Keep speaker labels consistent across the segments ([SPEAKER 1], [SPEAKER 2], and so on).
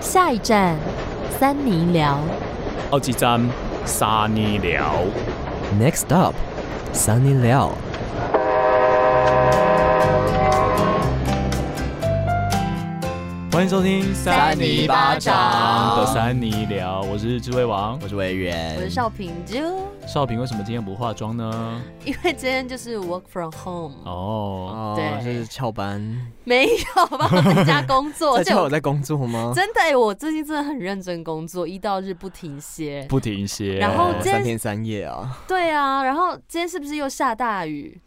[SPEAKER 1] 下一站，三尼寮。
[SPEAKER 2] 好几站沙尼寮，
[SPEAKER 3] Next up, Sunny Liao。
[SPEAKER 2] 欢迎收听
[SPEAKER 4] 三尼巴掌
[SPEAKER 2] 的三尼寮，我是智慧王
[SPEAKER 3] 我是委员，
[SPEAKER 4] 我是少平就
[SPEAKER 2] 少平，为什么今天不化妆呢？
[SPEAKER 4] 因为今天就是 work from home，、
[SPEAKER 2] 哦，
[SPEAKER 3] 哦，
[SPEAKER 4] 对
[SPEAKER 3] 这是翘班。
[SPEAKER 4] 没有吧？我在家工作，
[SPEAKER 3] 在
[SPEAKER 4] 而且
[SPEAKER 3] 翘
[SPEAKER 4] 哦我
[SPEAKER 3] 我在工作吗？
[SPEAKER 4] 真的、欸，我最近真的很认真工作，一到日不停 歇。
[SPEAKER 2] 不停歇。
[SPEAKER 4] 然后
[SPEAKER 3] 哦
[SPEAKER 4] 今天
[SPEAKER 3] 三天三夜啊，
[SPEAKER 4] 对啊，然后今天是不是又下大雨？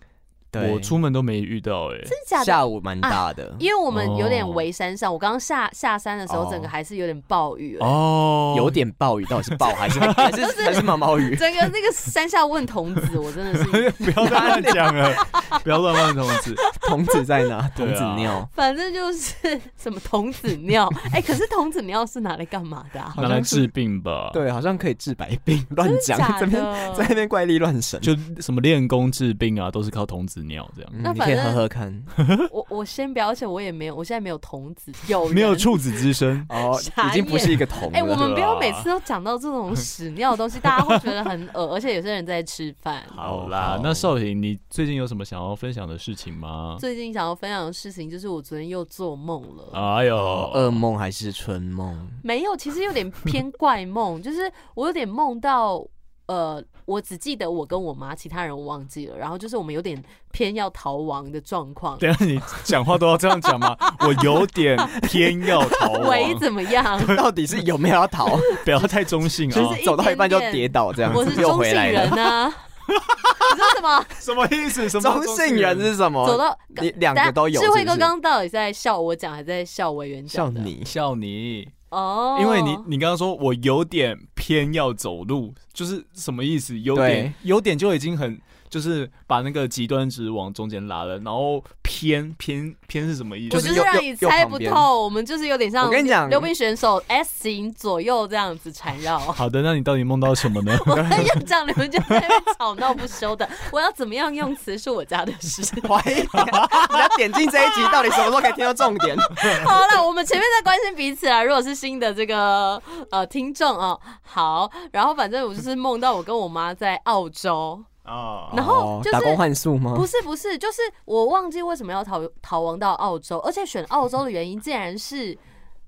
[SPEAKER 3] 对，
[SPEAKER 2] 我出门都没遇到哎、
[SPEAKER 4] 真的假的？
[SPEAKER 3] 下午蛮大的，
[SPEAKER 4] 因为我们有点
[SPEAKER 2] 哦
[SPEAKER 4] 围山上，我刚刚下下山的时候，
[SPEAKER 3] 哦
[SPEAKER 4] 整个还是有点暴雨、欸
[SPEAKER 2] 哦
[SPEAKER 3] 有点暴雨，到底是暴还是 还是还是毛毛雨？
[SPEAKER 4] 整个那个山下问童子，我真的 是，
[SPEAKER 2] 不要再乱讲了， 不要乱问同志。
[SPEAKER 3] 童子在哪？
[SPEAKER 2] 对
[SPEAKER 3] 童
[SPEAKER 2] 啊
[SPEAKER 3] 子尿。
[SPEAKER 4] 反正就是 什么童子尿，哎、可是童子尿是拿来干嘛的、啊？
[SPEAKER 2] 拿来治病吧。，
[SPEAKER 3] 对，好像可以治百病，乱
[SPEAKER 4] 真
[SPEAKER 3] 讲
[SPEAKER 4] 的，假
[SPEAKER 3] 这边
[SPEAKER 4] 的？
[SPEAKER 3] 在那边怪力乱神。
[SPEAKER 2] 就什么练功治病啊，都是靠童子尿这样。
[SPEAKER 3] 嗯
[SPEAKER 4] 那
[SPEAKER 3] 你
[SPEAKER 4] 反
[SPEAKER 3] 可以
[SPEAKER 4] 正
[SPEAKER 3] 喝喝看。，
[SPEAKER 4] 我我先不要，而且我也没有，我现在没有童子，有人
[SPEAKER 2] 没有处子之身
[SPEAKER 3] 哦
[SPEAKER 4] 傻，
[SPEAKER 3] 已经不是一个童
[SPEAKER 4] 哎、我
[SPEAKER 3] 了。
[SPEAKER 4] 们不要每
[SPEAKER 3] 啊
[SPEAKER 4] 次都讲到这种屎尿的东西，大家会觉得很恶，而且有些人在吃饭。
[SPEAKER 2] 好啦
[SPEAKER 3] 好，
[SPEAKER 2] 那少平，你最近有什么想要分享的事情吗？
[SPEAKER 4] 最近想要分享的事情就是，我昨天又做梦了。
[SPEAKER 2] 哎
[SPEAKER 3] 哦
[SPEAKER 2] 呦，
[SPEAKER 3] 噩梦还是春梦？
[SPEAKER 4] 没有，其实有点偏怪梦，就是我有点梦到，呃，我只记得我跟我妈，其他人我忘记了。然后就是我们有点偏要逃亡的状况。
[SPEAKER 2] 等一下你讲话都要这样 讲吗？我有点偏要逃亡，
[SPEAKER 4] 喂，怎么样？
[SPEAKER 3] 到底是有没有要逃？
[SPEAKER 2] 不要太中性
[SPEAKER 4] 就
[SPEAKER 2] 啊
[SPEAKER 4] 是！
[SPEAKER 3] 哦走到一半就
[SPEAKER 4] 点点
[SPEAKER 3] 跌倒这样
[SPEAKER 4] 我是
[SPEAKER 3] 子，又
[SPEAKER 4] 中
[SPEAKER 3] 回
[SPEAKER 4] 性
[SPEAKER 3] 来了
[SPEAKER 4] 人。呐、 你说什 么？
[SPEAKER 2] 什么意思？什么
[SPEAKER 3] 中性人是什么？
[SPEAKER 4] 走到
[SPEAKER 3] 你两
[SPEAKER 4] 等
[SPEAKER 3] 个
[SPEAKER 4] 下
[SPEAKER 3] 都有
[SPEAKER 4] 智
[SPEAKER 3] 是不
[SPEAKER 4] 慧
[SPEAKER 3] 是
[SPEAKER 4] 哥 刚刚到底在笑我讲，还在笑委员
[SPEAKER 3] 笑
[SPEAKER 4] 讲的？
[SPEAKER 3] 你，
[SPEAKER 2] 笑你，
[SPEAKER 4] 哦，
[SPEAKER 2] 因为你你刚刚说我有点偏要走路，就是什么意思？有点有点就已经很就是把那个极端值往中间拉了，然后偏偏偏是什么意思？
[SPEAKER 4] 我
[SPEAKER 3] 就
[SPEAKER 4] 就是
[SPEAKER 3] 右
[SPEAKER 4] 让你
[SPEAKER 3] 右右
[SPEAKER 4] 猜
[SPEAKER 3] 旁
[SPEAKER 4] 不
[SPEAKER 3] 边
[SPEAKER 4] 透，我们就是有点像
[SPEAKER 3] 我跟你讲
[SPEAKER 4] 溜冰选手 S 型左右这样子缠 绕。
[SPEAKER 2] 好的，那你到底梦到什么呢？
[SPEAKER 4] 哎呀，这样你们就在那边吵闹不休的。我要怎么样用词是我家的 事。
[SPEAKER 3] 怀疑你要点进这一集，到底什么时候可以听到重点？
[SPEAKER 4] 好了，我们前面在关心彼此啊。如果是新的这个呃听众哦，好。然后反正我就是梦到我跟我妈在澳洲，
[SPEAKER 2] 啊，
[SPEAKER 4] 然后
[SPEAKER 3] 哦
[SPEAKER 4] 就是
[SPEAKER 3] 打工换宿
[SPEAKER 2] 嗯
[SPEAKER 3] 吗？
[SPEAKER 4] 不是不是，就是我忘记为什么要逃逃亡到澳洲，而且选澳洲的原因竟然是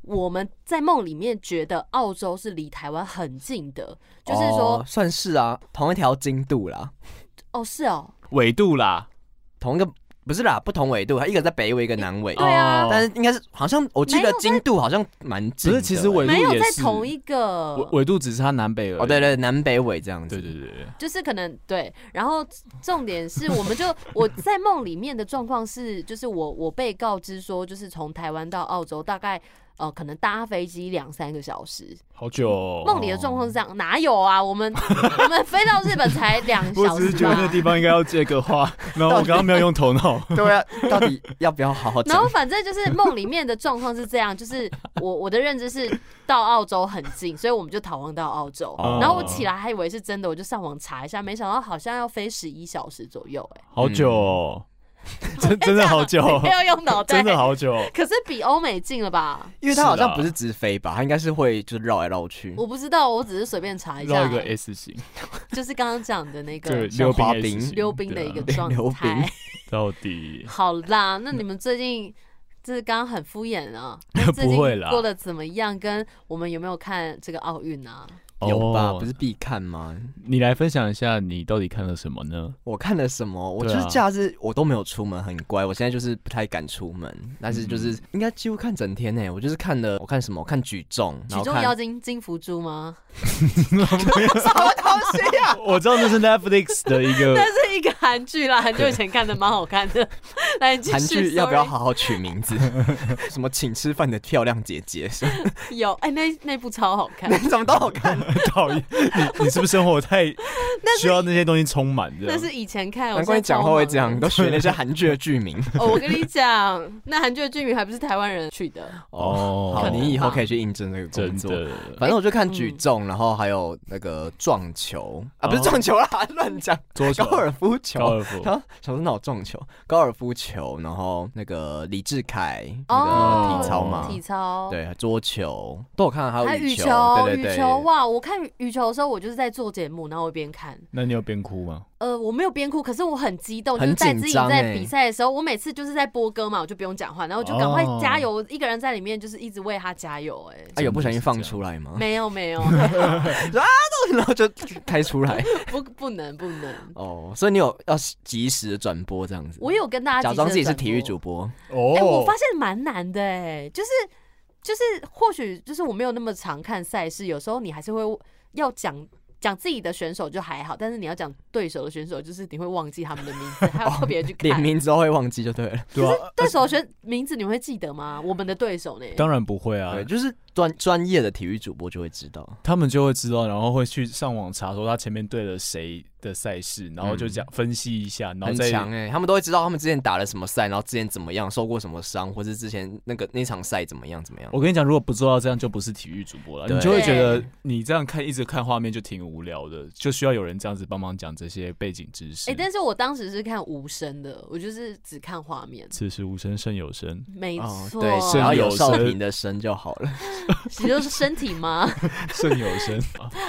[SPEAKER 4] 我们在梦里面觉得澳洲是离台湾很近的，就是说
[SPEAKER 3] 哦算是啊，同一条经度啦，
[SPEAKER 4] 哦是哦，
[SPEAKER 2] 纬度啦，
[SPEAKER 3] 同一个不是啦，不同纬度，它一个在北纬，一个南纬。
[SPEAKER 4] 对啊
[SPEAKER 2] 哦
[SPEAKER 3] 但是应该是好像我记
[SPEAKER 4] 没
[SPEAKER 3] 得
[SPEAKER 4] 有在
[SPEAKER 3] 经度好像蛮近
[SPEAKER 2] 不
[SPEAKER 3] 的，
[SPEAKER 2] 是其实纬度
[SPEAKER 4] 没有
[SPEAKER 2] 也
[SPEAKER 4] 在
[SPEAKER 2] 是
[SPEAKER 4] 同一个
[SPEAKER 2] 纬，纬度只是它南北而已。
[SPEAKER 3] 哦对对南北纬这样子，
[SPEAKER 2] 对对对对，
[SPEAKER 4] 就是可能对。然后重点是，我们 就我在梦里面的状况是，就是我我被告知说，就是从台湾到澳洲大概。呃，可能搭飞机两三个小时，
[SPEAKER 2] 好久哦
[SPEAKER 4] 梦里的状况是这样，哪有啊？我们 我们飞到日本才两
[SPEAKER 2] 我
[SPEAKER 4] 小
[SPEAKER 2] 只
[SPEAKER 4] 时
[SPEAKER 2] 是觉得
[SPEAKER 4] 吧
[SPEAKER 2] 那地方应该要接个话， 然后我刚刚没有用头脑。
[SPEAKER 3] 对啊，到底要不要好好
[SPEAKER 4] 然后
[SPEAKER 3] 讲？
[SPEAKER 4] 反正就是梦里面的状况是这样，就是我我的认知是到澳洲很近，所以我们就逃亡到澳洲。
[SPEAKER 2] 哦
[SPEAKER 4] 然后我起来还以为是真的，我就上网查一下，没想到好像要飞十一小时左右、哎，
[SPEAKER 2] 好久哦， 真真的好久 哦，
[SPEAKER 4] 没有用脑袋，
[SPEAKER 2] 真的。好久哦。
[SPEAKER 4] 可是比欧美近了吧？
[SPEAKER 3] 因为它好
[SPEAKER 2] 是
[SPEAKER 3] 像
[SPEAKER 2] 啊
[SPEAKER 3] 不是直飞吧，它应该是会就是绕来绕去。
[SPEAKER 4] 我不知道，我只是随便查一
[SPEAKER 2] 绕
[SPEAKER 4] 下
[SPEAKER 2] 一，个 S 型，
[SPEAKER 4] 就是刚刚讲的那个
[SPEAKER 2] 对，溜冰
[SPEAKER 3] 滑
[SPEAKER 2] S
[SPEAKER 3] 冰
[SPEAKER 2] 型
[SPEAKER 4] 溜冰的一个
[SPEAKER 2] 对啊
[SPEAKER 4] 状
[SPEAKER 3] 溜冰
[SPEAKER 4] 态。
[SPEAKER 2] 到底
[SPEAKER 4] 好啦，那你们最近就是刚刚很敷衍 啊，那最近
[SPEAKER 2] 不会啦
[SPEAKER 4] 过得怎么样？跟我们有没有看这个奥运啊？
[SPEAKER 3] 有吧？
[SPEAKER 2] 哦
[SPEAKER 3] 不是必看吗？
[SPEAKER 2] 你来分享一下你到底看了什么呢？
[SPEAKER 3] 我看了什么？我就
[SPEAKER 2] 对啊
[SPEAKER 3] 是假日我都没有出门，很乖。我现在就是不太敢出门，但是
[SPEAKER 2] 嗯
[SPEAKER 3] 就是应该几乎看整天呢、欸我就是看了，我看什么？我看举重，然
[SPEAKER 4] 举
[SPEAKER 3] 后
[SPEAKER 4] 重
[SPEAKER 3] 看
[SPEAKER 4] 妖精金福珠吗？
[SPEAKER 3] 什么东西啊？
[SPEAKER 2] 我知道那是 Netflix 的一 个
[SPEAKER 4] 那是一个韩剧啦，很久以前看的，蛮好看的。 来， 你继续
[SPEAKER 3] 韩剧要不要
[SPEAKER 4] sorry
[SPEAKER 3] 好好取名字？ 什么请吃饭的漂亮姐 姐，什
[SPEAKER 4] 有哎，那那部超好看，
[SPEAKER 3] 么什么都好看。
[SPEAKER 2] 讨厌，你你是不是生活 太需要那些东西充满这
[SPEAKER 4] 那
[SPEAKER 2] 样？
[SPEAKER 4] 是以前看。我
[SPEAKER 3] 啊难
[SPEAKER 4] 现
[SPEAKER 3] 怪你
[SPEAKER 4] 在
[SPEAKER 3] 讲
[SPEAKER 4] 超
[SPEAKER 3] 话会
[SPEAKER 4] 忙
[SPEAKER 3] 这样，你都学了一些韩剧的剧名。
[SPEAKER 4] 哦，我跟你讲，那韩剧的剧名还不是台湾人取的。
[SPEAKER 2] 哦
[SPEAKER 3] 好，
[SPEAKER 4] 可能
[SPEAKER 3] 你以后可以去应征这个工
[SPEAKER 2] 真
[SPEAKER 3] 作。
[SPEAKER 2] 的
[SPEAKER 3] 反正我就看举
[SPEAKER 4] 嗯
[SPEAKER 3] 重，然后还有那个撞球啊，不是
[SPEAKER 2] 哦
[SPEAKER 3] 撞球啦， 乱讲，
[SPEAKER 2] 桌球
[SPEAKER 3] 高尔夫球，
[SPEAKER 2] 高尔夫
[SPEAKER 3] 他小时候脑撞球、高尔夫球，然后那个李志凯那
[SPEAKER 4] 哦
[SPEAKER 3] 个体操嘛，
[SPEAKER 4] 体操，
[SPEAKER 3] 对，桌球都有看，还
[SPEAKER 4] 还
[SPEAKER 3] 有
[SPEAKER 4] 有羽
[SPEAKER 3] 球，
[SPEAKER 4] 球，
[SPEAKER 3] 对
[SPEAKER 4] 羽
[SPEAKER 3] 对对，
[SPEAKER 4] 球哇！我看羽球的时候，我就是在做节目，然后我边看，
[SPEAKER 2] 那你有边哭吗？
[SPEAKER 4] 呃，我没有边哭，可是我很激动，就
[SPEAKER 3] 很
[SPEAKER 4] 是在自己
[SPEAKER 3] 紧张
[SPEAKER 4] 在
[SPEAKER 3] 欸
[SPEAKER 4] 比赛的时候，我每次就是在播歌嘛，我就不用讲话，然后我就赶快
[SPEAKER 2] 哦
[SPEAKER 4] 加油，一个人在里面就是一直为他加油、哎、
[SPEAKER 3] 哎，有不小心放
[SPEAKER 2] 真的是这
[SPEAKER 3] 出来吗？
[SPEAKER 4] 没有没有，
[SPEAKER 3] 然后就开 出来
[SPEAKER 4] 不不能不能，
[SPEAKER 3] 哦，所以你有要及时的转播这样子，
[SPEAKER 4] 我有跟大家
[SPEAKER 3] 假装自己是体育
[SPEAKER 4] 主。
[SPEAKER 3] 主播，
[SPEAKER 2] 哦
[SPEAKER 4] 哎、我发现蛮难的哎、就是就是，或许就是我没有那么常看赛事，有时候你还是会要讲讲自己的选手就还好，但是你要讲对手的选手，就是你会忘记他们的名字，还要特 别去
[SPEAKER 3] 哦连
[SPEAKER 4] 看。
[SPEAKER 3] 名字都会忘记就对了。
[SPEAKER 2] 对啊，
[SPEAKER 4] 对手选名字你会记得吗？我们的对手呢？
[SPEAKER 2] 当然不会啊
[SPEAKER 3] 对，，就是专专业的体育主播就会知道。
[SPEAKER 2] 他们就会知道，然后会去上网查说他前面对了谁的赛事，然后就讲分析一下，然后
[SPEAKER 3] 很
[SPEAKER 2] 再
[SPEAKER 3] 强哎、他们都会知道他们之前打了什么赛，然后之前怎么样，受过什么伤，或是之前那个那场赛怎么样怎么样。
[SPEAKER 2] 我跟你讲，如果不做到这样，就不是体育主播了，
[SPEAKER 3] 对
[SPEAKER 2] 你就会觉得你这样看一直看画面就挺无聊的，就需要有人这样子帮忙讲这些背景知识。
[SPEAKER 4] 哎、但是我当时是看无声的，我就是只看画面。
[SPEAKER 2] 此时无声胜有 声，
[SPEAKER 4] 没
[SPEAKER 3] 哦，
[SPEAKER 4] 错，
[SPEAKER 3] 对，只要
[SPEAKER 2] 是
[SPEAKER 3] 有
[SPEAKER 2] 有
[SPEAKER 3] 少
[SPEAKER 2] 声
[SPEAKER 3] 平的声就好了。
[SPEAKER 4] 也就是身体吗？
[SPEAKER 2] 胜有声。，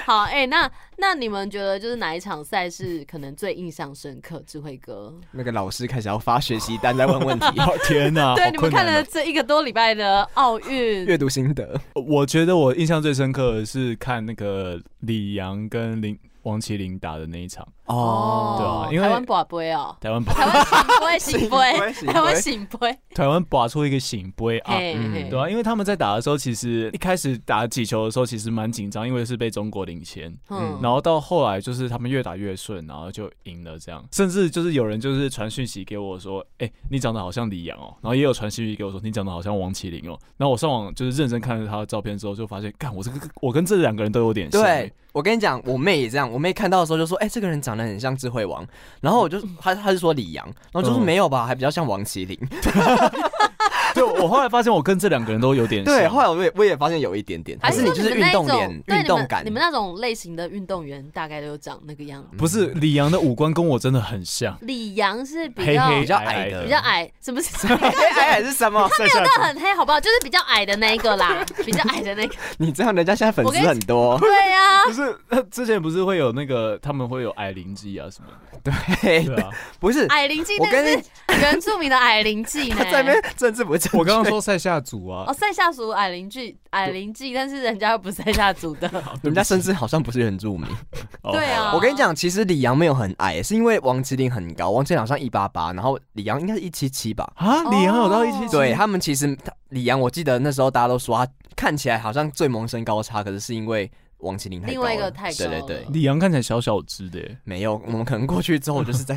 [SPEAKER 4] 好，哎、那那你们觉得就是哪一场赛事可能最印象深刻？智慧哥，
[SPEAKER 3] 那个老师开始要发学习单，在问问题
[SPEAKER 2] 哦天哪、
[SPEAKER 4] 对，
[SPEAKER 2] 好
[SPEAKER 4] 你们
[SPEAKER 2] 困
[SPEAKER 4] 看
[SPEAKER 2] 难
[SPEAKER 4] 了
[SPEAKER 2] 哦
[SPEAKER 4] 这一个多礼拜的奥运，
[SPEAKER 3] 阅读心得。
[SPEAKER 2] 我觉得我印象最深刻的是看那个李阳跟林王麒麟打的那一场，
[SPEAKER 3] 哦
[SPEAKER 2] 对啊因为
[SPEAKER 4] 哦台湾宝杯哦，
[SPEAKER 2] 台湾
[SPEAKER 4] 台湾醒杯醒杯，
[SPEAKER 3] 醒 杯
[SPEAKER 4] 台湾醒杯，
[SPEAKER 2] 台湾拔出一个醒杯啊，
[SPEAKER 4] 嘿
[SPEAKER 3] 嗯
[SPEAKER 4] 嘿
[SPEAKER 2] 对啊，因为他们在打的时候，其实一开始打几球的时候，其实蛮紧张，因为是被中国领先。
[SPEAKER 4] 嗯，
[SPEAKER 2] 然后到后来就是他们越打越顺，然后就赢了这样。甚至就是有人就是传讯息给我说：“哎、你长得好像李阳哦。”然后也有传讯息给我说：“你长得好像王麒麟哦。”然后我上网就是认真看了他的照片之后，就发现，干我这个我跟这两个人都有点像。欸
[SPEAKER 3] 对，我跟你讲，我妹也这样。我妹看到的时候就说：“哎、这个人长得很像智慧王。”然后我就，她她是说李阳，然后就说
[SPEAKER 2] 嗯
[SPEAKER 3] 没有吧，还比较像王 麒麟。
[SPEAKER 2] 对，我后来发现我跟这两个人都有点像。
[SPEAKER 3] 对，后来我也我也发现有一点点，
[SPEAKER 4] 还
[SPEAKER 3] 是你就是是
[SPEAKER 4] 你们
[SPEAKER 3] 运动
[SPEAKER 4] 那一
[SPEAKER 3] 脸
[SPEAKER 4] 种、对
[SPEAKER 3] 运动感
[SPEAKER 4] 你们，你们那种类型的运动员大概都长那个样子。
[SPEAKER 2] 不是李阳的五官跟我真的很像，
[SPEAKER 4] 李阳是比
[SPEAKER 2] 黑
[SPEAKER 4] 较
[SPEAKER 2] 黑
[SPEAKER 3] 比较
[SPEAKER 2] 矮
[SPEAKER 3] 矮的
[SPEAKER 4] 比较矮，什么是？
[SPEAKER 3] 哎 哎哎是什么？
[SPEAKER 2] 在下
[SPEAKER 4] 他很黑，好不好？就是比较矮的那一个啦，比较矮的那个。
[SPEAKER 3] 你这样人家现在粉
[SPEAKER 4] 我
[SPEAKER 3] 丝
[SPEAKER 4] 跟你
[SPEAKER 3] 很多，
[SPEAKER 4] 对啊呀、
[SPEAKER 2] 不是，那之前不是会有那个他们会有矮灵机啊什么的，
[SPEAKER 3] 嘿
[SPEAKER 2] 对啊。
[SPEAKER 3] 不是
[SPEAKER 4] 矮灵记
[SPEAKER 3] 我
[SPEAKER 4] 那
[SPEAKER 3] 跟
[SPEAKER 4] 个
[SPEAKER 3] 你
[SPEAKER 4] 是 原住民的矮灵记呢
[SPEAKER 3] 他。在那边政治不正确。
[SPEAKER 2] 我刚刚说塞夏族啊
[SPEAKER 4] 哦，，塞夏族矮灵记，矮灵记，但是人家又不是塞夏族 的。
[SPEAKER 3] 人家甚至好像不是原住民。
[SPEAKER 2] 哦
[SPEAKER 4] 对啊，
[SPEAKER 3] 我跟你讲，其实李阳没有很矮，是因为王麒麟很高，王麒麟好像一八八，然后李阳应该是一七七吧。
[SPEAKER 2] 啊，李阳有到一七
[SPEAKER 4] 哦
[SPEAKER 2] 七，
[SPEAKER 3] 对他们其实他李阳，我记得那时候大家都说他看起来好像最萌身高差，可是是因为王麒麟太高了
[SPEAKER 4] 另外一个太高了
[SPEAKER 3] 对对对，
[SPEAKER 2] 李阳看起来小小只的耶，
[SPEAKER 3] 没有，我们可能过去之后就 是在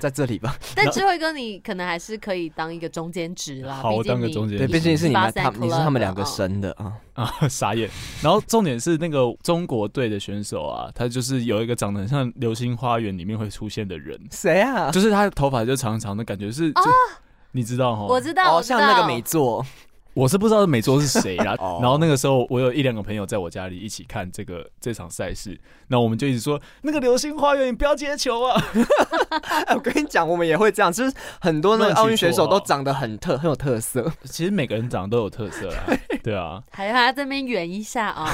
[SPEAKER 3] 在这里吧。
[SPEAKER 4] 但智慧哥，你可能还是可以当一个中间值啦。
[SPEAKER 2] 好
[SPEAKER 4] 毕竟
[SPEAKER 2] 我当 个
[SPEAKER 4] 你
[SPEAKER 2] 中间值
[SPEAKER 3] 对，毕竟是你们
[SPEAKER 4] 18
[SPEAKER 3] 他们你是他们两个
[SPEAKER 4] club 啊哦的
[SPEAKER 3] 生的啊。
[SPEAKER 2] 啊，傻眼。然后重点是那个中国队的选手啊，他就是有一个长得很像《流星花园》里面会出现的人，
[SPEAKER 3] 谁啊？
[SPEAKER 2] 就是他的头发就长长的，感觉是，就你知道哈？
[SPEAKER 4] 啊我知道，
[SPEAKER 3] 哦，
[SPEAKER 4] 我知道
[SPEAKER 3] 像那个美 作，。
[SPEAKER 2] 我是不知道美作是谁 啦
[SPEAKER 3] 哦
[SPEAKER 2] 然后那个时候，我有一两个朋友在我家里一起看这个这场赛事，那我们就一直说那个流星花园，你不要接球啊！
[SPEAKER 3] 哎， 我跟你讲，我们也会这样，就是很多那个奥运选手
[SPEAKER 2] 乱
[SPEAKER 3] 都
[SPEAKER 4] 哦
[SPEAKER 2] 起绰号
[SPEAKER 3] 长得很特很有特色。
[SPEAKER 2] 其实每个人长得都有特 色啦，对啊，
[SPEAKER 4] 还还要这边圆一下啊、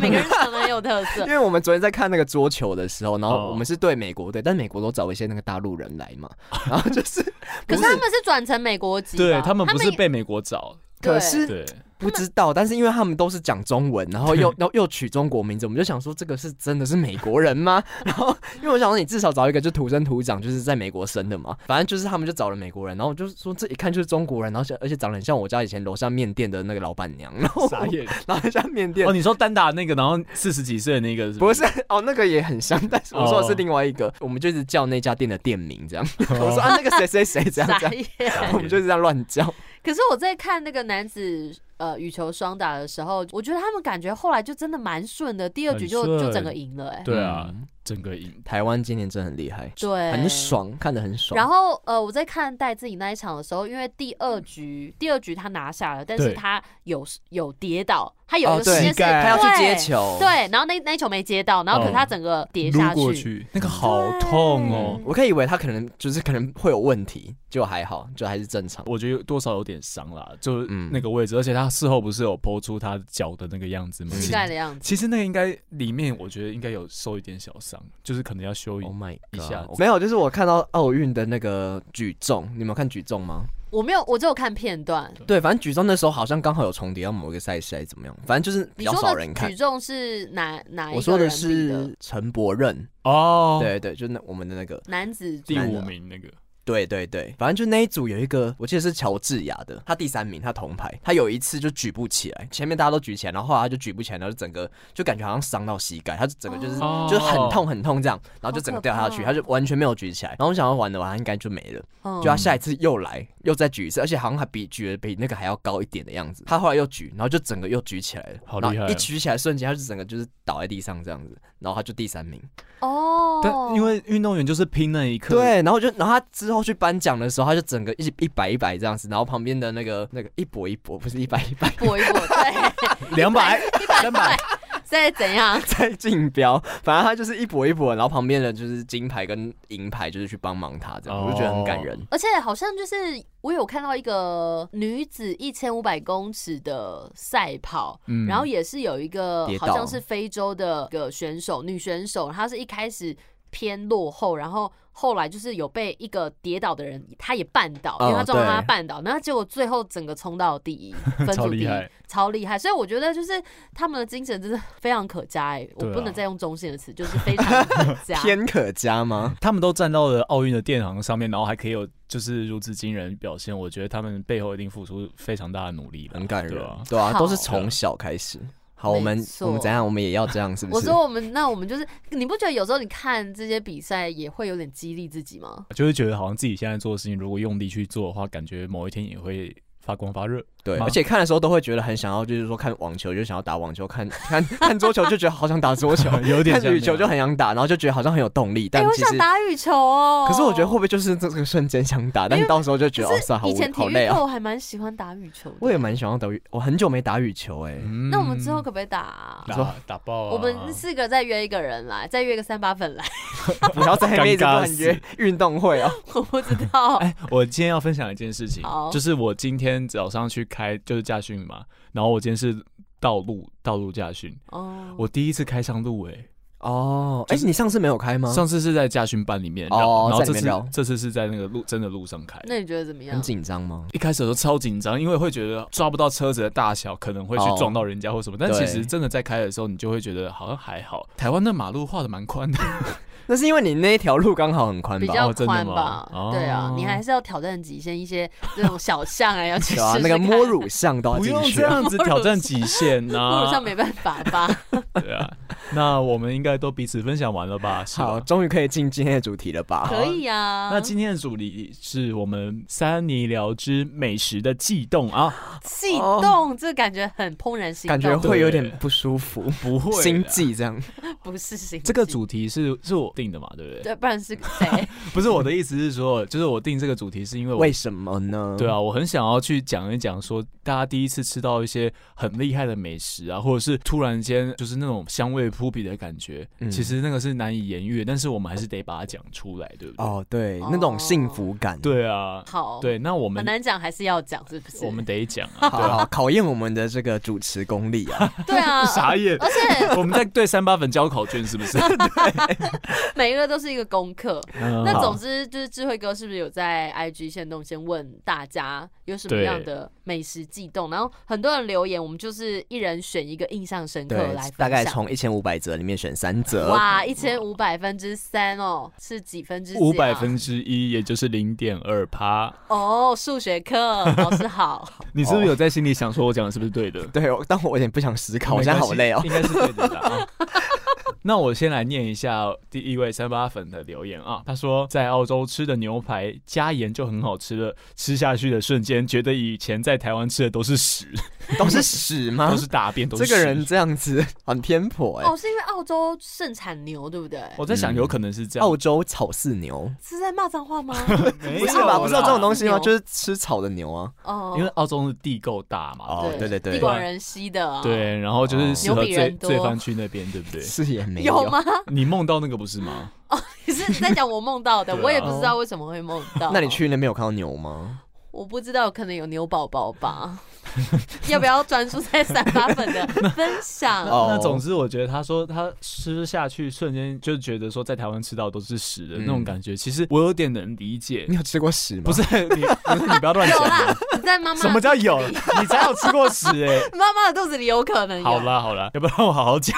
[SPEAKER 4] 每个人长得很有特色
[SPEAKER 3] 因。为我们昨天在看那个桌球的时候，然
[SPEAKER 2] 哦
[SPEAKER 3] 后我们是对美国队，但美国都找一些那个大陆人来嘛，然后就是，
[SPEAKER 4] 可是他们是转成美国籍吧，
[SPEAKER 2] 对他们不是被美国找，
[SPEAKER 4] 对
[SPEAKER 3] 可是
[SPEAKER 2] 对，
[SPEAKER 3] 不知道，但是因为他们都是讲中文，然后又又又取中国名字，我们就想说这个是真的是美国人吗？ 然后因为我想说你至少找一个就土生土长，就是在美国生的嘛，反正就是他们就找了美国人，然后我就说这一看就是中国人，然后像而且长得很像我家以前楼下面店的那个老板娘， 然后
[SPEAKER 2] 傻眼。
[SPEAKER 3] 然后很像面店
[SPEAKER 2] 哦，。你说单打那个，然后四十几岁的那个是
[SPEAKER 3] 不
[SPEAKER 2] 不是？
[SPEAKER 3] 是哦，那个也很像，但是我说的
[SPEAKER 2] 哦
[SPEAKER 3] 是另外一个，我们就是叫那家店的店名这样。我说
[SPEAKER 2] 哦
[SPEAKER 3] 啊，那个谁谁谁这样
[SPEAKER 4] 傻
[SPEAKER 3] 这样，
[SPEAKER 4] 眼。
[SPEAKER 2] 傻眼
[SPEAKER 3] 我们就是这样乱叫。
[SPEAKER 4] 可是我在看那个男子呃羽球双打的时候，我觉得他们感觉后来就真的蛮顺的，第二局就
[SPEAKER 2] 很顺
[SPEAKER 4] 就整个赢了、哎，
[SPEAKER 2] 对啊
[SPEAKER 3] 嗯，
[SPEAKER 2] 整个赢。
[SPEAKER 3] 台湾今年真的很厉害，
[SPEAKER 4] 对，
[SPEAKER 3] 很。爽，看得很爽。
[SPEAKER 4] 然后呃，我在看戴自己那一场的时候，因为第二局第二局他拿下了，但是
[SPEAKER 2] 对
[SPEAKER 4] 他有有跌倒，他有一
[SPEAKER 3] 哦
[SPEAKER 4] 个
[SPEAKER 3] 对
[SPEAKER 4] 时间
[SPEAKER 2] 膝
[SPEAKER 4] 是、
[SPEAKER 2] 盖
[SPEAKER 3] 他要
[SPEAKER 4] 对
[SPEAKER 3] 去接球，，
[SPEAKER 4] 对，然后那那一球没接到，然后可是他
[SPEAKER 2] 哦
[SPEAKER 4] 整个跌
[SPEAKER 2] 撸
[SPEAKER 4] 下
[SPEAKER 2] 过
[SPEAKER 4] 去。
[SPEAKER 2] 去，那个好痛哦
[SPEAKER 4] 对！
[SPEAKER 3] 我可以以为他可能就是可能会有问题，就还好，就还是正常。
[SPEAKER 2] 我觉得多少有点伤啦，就是
[SPEAKER 3] 嗯
[SPEAKER 2] 那个位置，而且他他事后不是有剖出他脚的那个样子吗？
[SPEAKER 4] 膝
[SPEAKER 2] 其
[SPEAKER 4] 盖的样子。
[SPEAKER 2] 其实那个应该里面，我觉得应该有受一点小伤，就是可能要修一
[SPEAKER 3] Oh my
[SPEAKER 2] 一
[SPEAKER 3] god！
[SPEAKER 2] 下子
[SPEAKER 3] 没有，就是我看到奥运的那个举重，你们有看举重吗？
[SPEAKER 4] 我没有，我只有看片段。
[SPEAKER 3] 对，反正举重那时候好像刚好有重叠到某一个赛事，还是怎么样？反正就是
[SPEAKER 4] 你
[SPEAKER 3] 比较
[SPEAKER 4] 说
[SPEAKER 3] 少
[SPEAKER 4] 的
[SPEAKER 3] 人看
[SPEAKER 4] 举。重是哪哪一个
[SPEAKER 3] 我说的
[SPEAKER 4] 人比
[SPEAKER 3] 是陈柏任，
[SPEAKER 2] 哦。，
[SPEAKER 3] 对对，就是那我们的那个，
[SPEAKER 4] 男子
[SPEAKER 2] 第
[SPEAKER 3] 男
[SPEAKER 2] 五
[SPEAKER 3] 的
[SPEAKER 2] 名那个
[SPEAKER 3] 对对对，反正就那一组有一个，我记得是乔治亚的，他第三名，他铜牌，他有一次就举不起来，前面大家都举起来，然后后来他就举不起来，然后就整个就感觉好像伤到膝盖，他就整个就是、
[SPEAKER 4] 哦
[SPEAKER 3] 就是很痛很痛这样，然后就
[SPEAKER 4] 好
[SPEAKER 3] 整个
[SPEAKER 4] 可
[SPEAKER 3] 掉下去，
[SPEAKER 4] 怕哦
[SPEAKER 3] 他就完全没有举起来，然后我想要玩的完应该就没了。
[SPEAKER 4] 嗯
[SPEAKER 3] 就他下一次又来，又再举一次，而且好像还比举的比那个还要高一点的样子。他后来又举，然后就整个又举起来了，
[SPEAKER 2] 好
[SPEAKER 3] 然后
[SPEAKER 2] 厉害哦
[SPEAKER 3] 一举起来瞬间，他就整个就是倒在地上这样子，然后他就第三名。
[SPEAKER 4] 哦，
[SPEAKER 2] 但因为运动员就是拼那一刻，，
[SPEAKER 3] 对，然后就然后他之后去颁奖的时候，他就整个一一百一百这样子，然后旁边的那个那个一搏一搏，不是一百一 百
[SPEAKER 4] 搏一搏，对，
[SPEAKER 2] 两百
[SPEAKER 4] 一百
[SPEAKER 2] 三百，
[SPEAKER 4] 再怎样，
[SPEAKER 3] 在竞标，反正他就是一搏一搏，然后旁边的就是金牌跟银牌就是去帮忙他
[SPEAKER 2] 哦
[SPEAKER 3] 这样，我就觉得很感人。
[SPEAKER 4] 而且好像就是我有看到一个女子一千五百公尺的赛跑，
[SPEAKER 2] 嗯
[SPEAKER 4] 然后也是有一个
[SPEAKER 3] 跌倒
[SPEAKER 4] 好像是非洲的一个选手，女选手，她是一开始偏落后，然后后来就是有被一个跌倒的人，她也绊倒，因为她
[SPEAKER 3] 哦
[SPEAKER 4] 撞到她
[SPEAKER 3] 对
[SPEAKER 4] 绊倒，那结果最后整个冲到第一，分
[SPEAKER 2] 超
[SPEAKER 4] 组第
[SPEAKER 2] 厉
[SPEAKER 4] 一，
[SPEAKER 2] 害，
[SPEAKER 4] 超厉害，所以我觉得就是他们的精神真的非常可嘉哎、我
[SPEAKER 2] 对啊
[SPEAKER 4] 不能再用中性的词，就是非常可 嘉。
[SPEAKER 3] 天可嘉吗？
[SPEAKER 2] 他们都站到了奥运的殿堂上面，然后还可以有就是如此惊人的表现，我觉得他们背后一定付出非常大的努力了，
[SPEAKER 3] 很感人
[SPEAKER 2] 对啊，
[SPEAKER 3] 对啊，都是
[SPEAKER 4] 好
[SPEAKER 3] 从小开始。好，
[SPEAKER 4] 没
[SPEAKER 3] 我们
[SPEAKER 4] 错
[SPEAKER 3] 我们怎样，我们也要这样，是不
[SPEAKER 4] 我
[SPEAKER 3] 是？
[SPEAKER 4] 说我们那我们就是，你不觉得有时候你看这些比赛也会有点激励自己吗？
[SPEAKER 2] 就会觉得好像自己现在做的事情，如果用力去做的话，感觉某一天也会发光 发热。
[SPEAKER 3] 对，
[SPEAKER 2] 吗
[SPEAKER 3] 而且看的时候都会觉得很想要，就是说看网球就想要打网球，看看看桌球就觉得好想打桌 球，
[SPEAKER 2] 有点
[SPEAKER 3] 看
[SPEAKER 2] 像
[SPEAKER 3] 羽球
[SPEAKER 2] 那样
[SPEAKER 3] 就很想打，然后就觉得好像很有动力，
[SPEAKER 4] 哎、
[SPEAKER 3] 但
[SPEAKER 4] 我
[SPEAKER 3] 其
[SPEAKER 4] 想
[SPEAKER 3] 实。
[SPEAKER 4] 打羽球哦。
[SPEAKER 3] 可是我觉得会不会就是这个瞬间想打，但
[SPEAKER 4] 因
[SPEAKER 3] 是
[SPEAKER 4] 为
[SPEAKER 3] 到时候就觉得
[SPEAKER 4] 可
[SPEAKER 3] 哦，
[SPEAKER 4] 是
[SPEAKER 3] 算了好
[SPEAKER 4] 以
[SPEAKER 3] 无
[SPEAKER 4] 前体
[SPEAKER 3] 好
[SPEAKER 4] 育
[SPEAKER 3] 累
[SPEAKER 4] 课
[SPEAKER 3] 哦。
[SPEAKER 4] 我还蛮喜欢打羽球的。
[SPEAKER 3] 我也蛮想要打羽，我很久没打羽球哎。
[SPEAKER 2] 嗯
[SPEAKER 4] 那我们之后可不可以打、啊？
[SPEAKER 2] 打打爆啊！
[SPEAKER 4] 我们四个再约一个人来，再约个三八粉来，
[SPEAKER 3] 不要再一直
[SPEAKER 2] 尴尬
[SPEAKER 3] 乱 约运动会哦。
[SPEAKER 4] 我不 知道。
[SPEAKER 2] 哎，我今天要分享一件事情
[SPEAKER 4] 好，
[SPEAKER 2] 就是我今天早上去开就是驾训嘛，然后我今天是道路道路驾训，
[SPEAKER 4] 哦，
[SPEAKER 2] 我第一次开上路哎、
[SPEAKER 3] 哦，哎
[SPEAKER 2] 就，是
[SPEAKER 3] 你上次没有开吗？
[SPEAKER 2] 上次是在驾训班里面，
[SPEAKER 3] 嗯哦
[SPEAKER 2] 然后然后
[SPEAKER 3] 在里
[SPEAKER 2] 这
[SPEAKER 3] 面
[SPEAKER 2] 次
[SPEAKER 3] 绕
[SPEAKER 2] 这次是在那个路真的路上开。
[SPEAKER 4] 那你觉得怎么
[SPEAKER 3] 很
[SPEAKER 4] 样？
[SPEAKER 3] 紧张吗？
[SPEAKER 2] 一开始的时候超紧张，因为会觉得抓不到车子的大小，可能会去
[SPEAKER 3] 哦
[SPEAKER 2] 撞到人家或什么。但
[SPEAKER 3] 对
[SPEAKER 2] 其实真的在开的时候，你就会觉得好像还好。台湾的马路画的蛮宽的，
[SPEAKER 3] 那是因为你那一条路刚好很宽
[SPEAKER 4] 比
[SPEAKER 3] 吧？
[SPEAKER 4] 较
[SPEAKER 2] 哦真的
[SPEAKER 4] 宽
[SPEAKER 2] 吗
[SPEAKER 4] 吧，
[SPEAKER 2] 哦
[SPEAKER 4] 对啊，你还是要挑战极限一些这种小项啊，要去
[SPEAKER 3] 对
[SPEAKER 4] 试
[SPEAKER 3] 啊，
[SPEAKER 4] 试
[SPEAKER 3] 那个
[SPEAKER 4] 看
[SPEAKER 3] 摸乳巷都要
[SPEAKER 2] 不
[SPEAKER 3] 进
[SPEAKER 2] 用
[SPEAKER 3] 去
[SPEAKER 2] 这。样子挑战极限
[SPEAKER 4] 摸
[SPEAKER 2] 呐、
[SPEAKER 4] 乳上没办法 吧？
[SPEAKER 2] 对啊，那我们应该都彼此分享完了 吧？是
[SPEAKER 3] 好，
[SPEAKER 2] 吧？
[SPEAKER 3] 终于可以进今天的主题了吧？
[SPEAKER 4] 可以
[SPEAKER 3] 哦
[SPEAKER 4] 啊。
[SPEAKER 2] 那今天的主题是我们三尼聊之美食的悸动 啊，
[SPEAKER 4] 悸
[SPEAKER 3] 哦
[SPEAKER 4] 动，这感觉很怦然心
[SPEAKER 3] 感
[SPEAKER 4] 动，
[SPEAKER 3] 觉会有点
[SPEAKER 2] 对
[SPEAKER 3] 不舒服，
[SPEAKER 2] 不会啦啊
[SPEAKER 3] 心。悸这样。
[SPEAKER 4] 不是心悸
[SPEAKER 2] 这个主题是是我定的嘛，对不对？
[SPEAKER 4] 对，不然 是谁？
[SPEAKER 2] 不是我的意思是说，就是我定这个主题是因为我
[SPEAKER 3] 为什么呢？
[SPEAKER 2] 对，啊，我很想要去讲一讲，说大家第一次吃到一些很厉害的美食啊，或者是突然间就是那种香味扑鼻的感觉，
[SPEAKER 3] 嗯
[SPEAKER 2] 其实那个是难以言喻的，但是我们还是得把它讲出来，对不对？
[SPEAKER 3] 哦，对，
[SPEAKER 4] 哦
[SPEAKER 3] 那种幸福感，，
[SPEAKER 2] 对啊，
[SPEAKER 4] 好，，
[SPEAKER 2] 对，那我们
[SPEAKER 4] 很难讲，还是要讲，是不是？
[SPEAKER 2] 我们得讲啊，
[SPEAKER 3] 好好考验我们的这个主持功力啊。
[SPEAKER 4] 对啊，
[SPEAKER 2] 傻眼，
[SPEAKER 4] 而且
[SPEAKER 2] 我们在对三八粉交考卷是不是？
[SPEAKER 4] 每一个都是一个功课。
[SPEAKER 2] 那
[SPEAKER 4] 那总之就是智慧哥是不是有在 IG 线动先问大家有什么
[SPEAKER 2] 对
[SPEAKER 4] 样的美食悸动？然后很多人留言，我们就是一人选一个印象深刻
[SPEAKER 3] 对
[SPEAKER 4] 来分享，
[SPEAKER 3] 大概从一千五百则里面选三则。
[SPEAKER 4] 哇一千五百分之三哦，是几分之几啊
[SPEAKER 2] 五百分之一，也就是零点二趴。
[SPEAKER 4] 哦，数学课老师 好，
[SPEAKER 2] 你是不是有在心里想说，我讲的是不是对的？
[SPEAKER 3] 对，我但我有点不想思考，我现在好累哦。
[SPEAKER 2] 没关系应该是对的啦。啊 那我先来念一下第一位三八粉的留言啊，他说在澳洲吃的牛排加盐就很好吃了，吃下去的瞬间觉得以前在台湾吃的都是屎，
[SPEAKER 3] 都是屎吗
[SPEAKER 2] 都？是大便，都是
[SPEAKER 3] 啊这
[SPEAKER 2] 屎
[SPEAKER 3] 个人这样子很偏颇哎
[SPEAKER 4] 哦，。是因为澳洲盛产牛，对不对？
[SPEAKER 2] 我在想
[SPEAKER 3] 嗯
[SPEAKER 2] 有可能是这样，
[SPEAKER 3] 澳洲草饲牛，
[SPEAKER 4] 是在骂脏话 吗？
[SPEAKER 2] 不
[SPEAKER 3] 不是吧？不是有这种东西吗？
[SPEAKER 4] 牛
[SPEAKER 3] 就是吃草的牛啊。
[SPEAKER 4] 哦，
[SPEAKER 2] 因为澳洲的地够大嘛，
[SPEAKER 3] 哦，对对
[SPEAKER 4] 地
[SPEAKER 3] 对，
[SPEAKER 4] 广人稀的、啊，，
[SPEAKER 2] 对，然后
[SPEAKER 3] 哦
[SPEAKER 2] 就是适合
[SPEAKER 4] 牛比人
[SPEAKER 2] 罪
[SPEAKER 4] 多
[SPEAKER 2] 罪犯去那边，对不 对？
[SPEAKER 3] 是也没
[SPEAKER 4] 有吗？
[SPEAKER 2] 你梦到那个不是吗？
[SPEAKER 4] 你是在讲我梦到的，
[SPEAKER 2] 对啊
[SPEAKER 4] 我也不知道为什么会梦到。
[SPEAKER 3] 那你去那边有看到牛吗？
[SPEAKER 4] 我不知道，可能有牛宝宝吧？ 要不要专注在散发粉的分享？
[SPEAKER 3] 哦
[SPEAKER 2] 那总之，我觉得他说他吃下去瞬间就觉得说在台湾吃到都是屎的那种
[SPEAKER 3] 嗯
[SPEAKER 2] 感觉，其实我有点能理解
[SPEAKER 3] 你。有吃过屎吗？
[SPEAKER 2] 不是你，不是你不要乱
[SPEAKER 4] 有
[SPEAKER 2] 讲。啊
[SPEAKER 3] 啊
[SPEAKER 4] 啦，你在妈妈
[SPEAKER 2] 什么叫有？你才有吃 过屎哎、
[SPEAKER 4] 妈妈的肚子里有可能有？
[SPEAKER 2] 好啦好啦，要不然我好 好讲？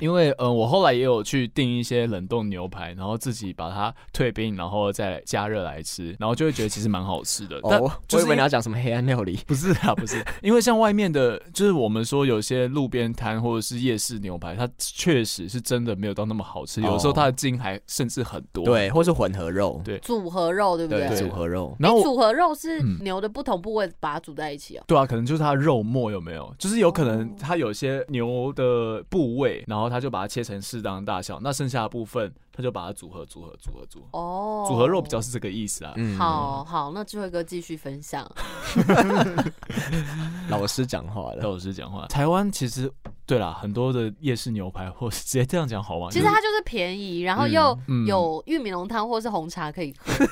[SPEAKER 2] 因为嗯，我后来也有去订一些冷冻牛排，然后自己把它退冰，然后再加热来吃，然后就会觉得其实蛮好吃的。
[SPEAKER 3] 哦，
[SPEAKER 2] 但
[SPEAKER 3] 我
[SPEAKER 2] 就是
[SPEAKER 3] 我以为你要讲什么黑暗料理。
[SPEAKER 2] 不是啊，不是，因为像外面的，就是我们说有些路边摊或者是夜市牛排，它确实是真的没有到那么好吃，有时候它的筋还甚至很多。，
[SPEAKER 3] 对，或是混合肉，
[SPEAKER 2] 对
[SPEAKER 4] 组合肉对不
[SPEAKER 3] 对，
[SPEAKER 2] 对
[SPEAKER 3] 组合肉，
[SPEAKER 2] 然后我
[SPEAKER 4] 组合肉是
[SPEAKER 2] 嗯
[SPEAKER 4] 牛的不同部位把它煮在一起哦。
[SPEAKER 2] 对啊，可能就是它的肉末有没有？就是有可能它有些牛的部位，然后它就把它切成适当的大小，那剩下的部分它就把它组合、组合、组合、组合。
[SPEAKER 4] 哦，
[SPEAKER 2] 组合肉比较是这个意思啊。
[SPEAKER 3] 嗯，
[SPEAKER 4] 好好，那智慧哥继续分享。
[SPEAKER 3] 老师讲话
[SPEAKER 2] 戴
[SPEAKER 3] 了，
[SPEAKER 2] 老师讲话，台湾其实对啦，很多的夜市牛排，或是直接这样讲好吗？
[SPEAKER 4] 其实它就是便宜，然后
[SPEAKER 3] 嗯
[SPEAKER 4] 又
[SPEAKER 2] 嗯
[SPEAKER 4] 有玉米浓汤或是红茶可以喝。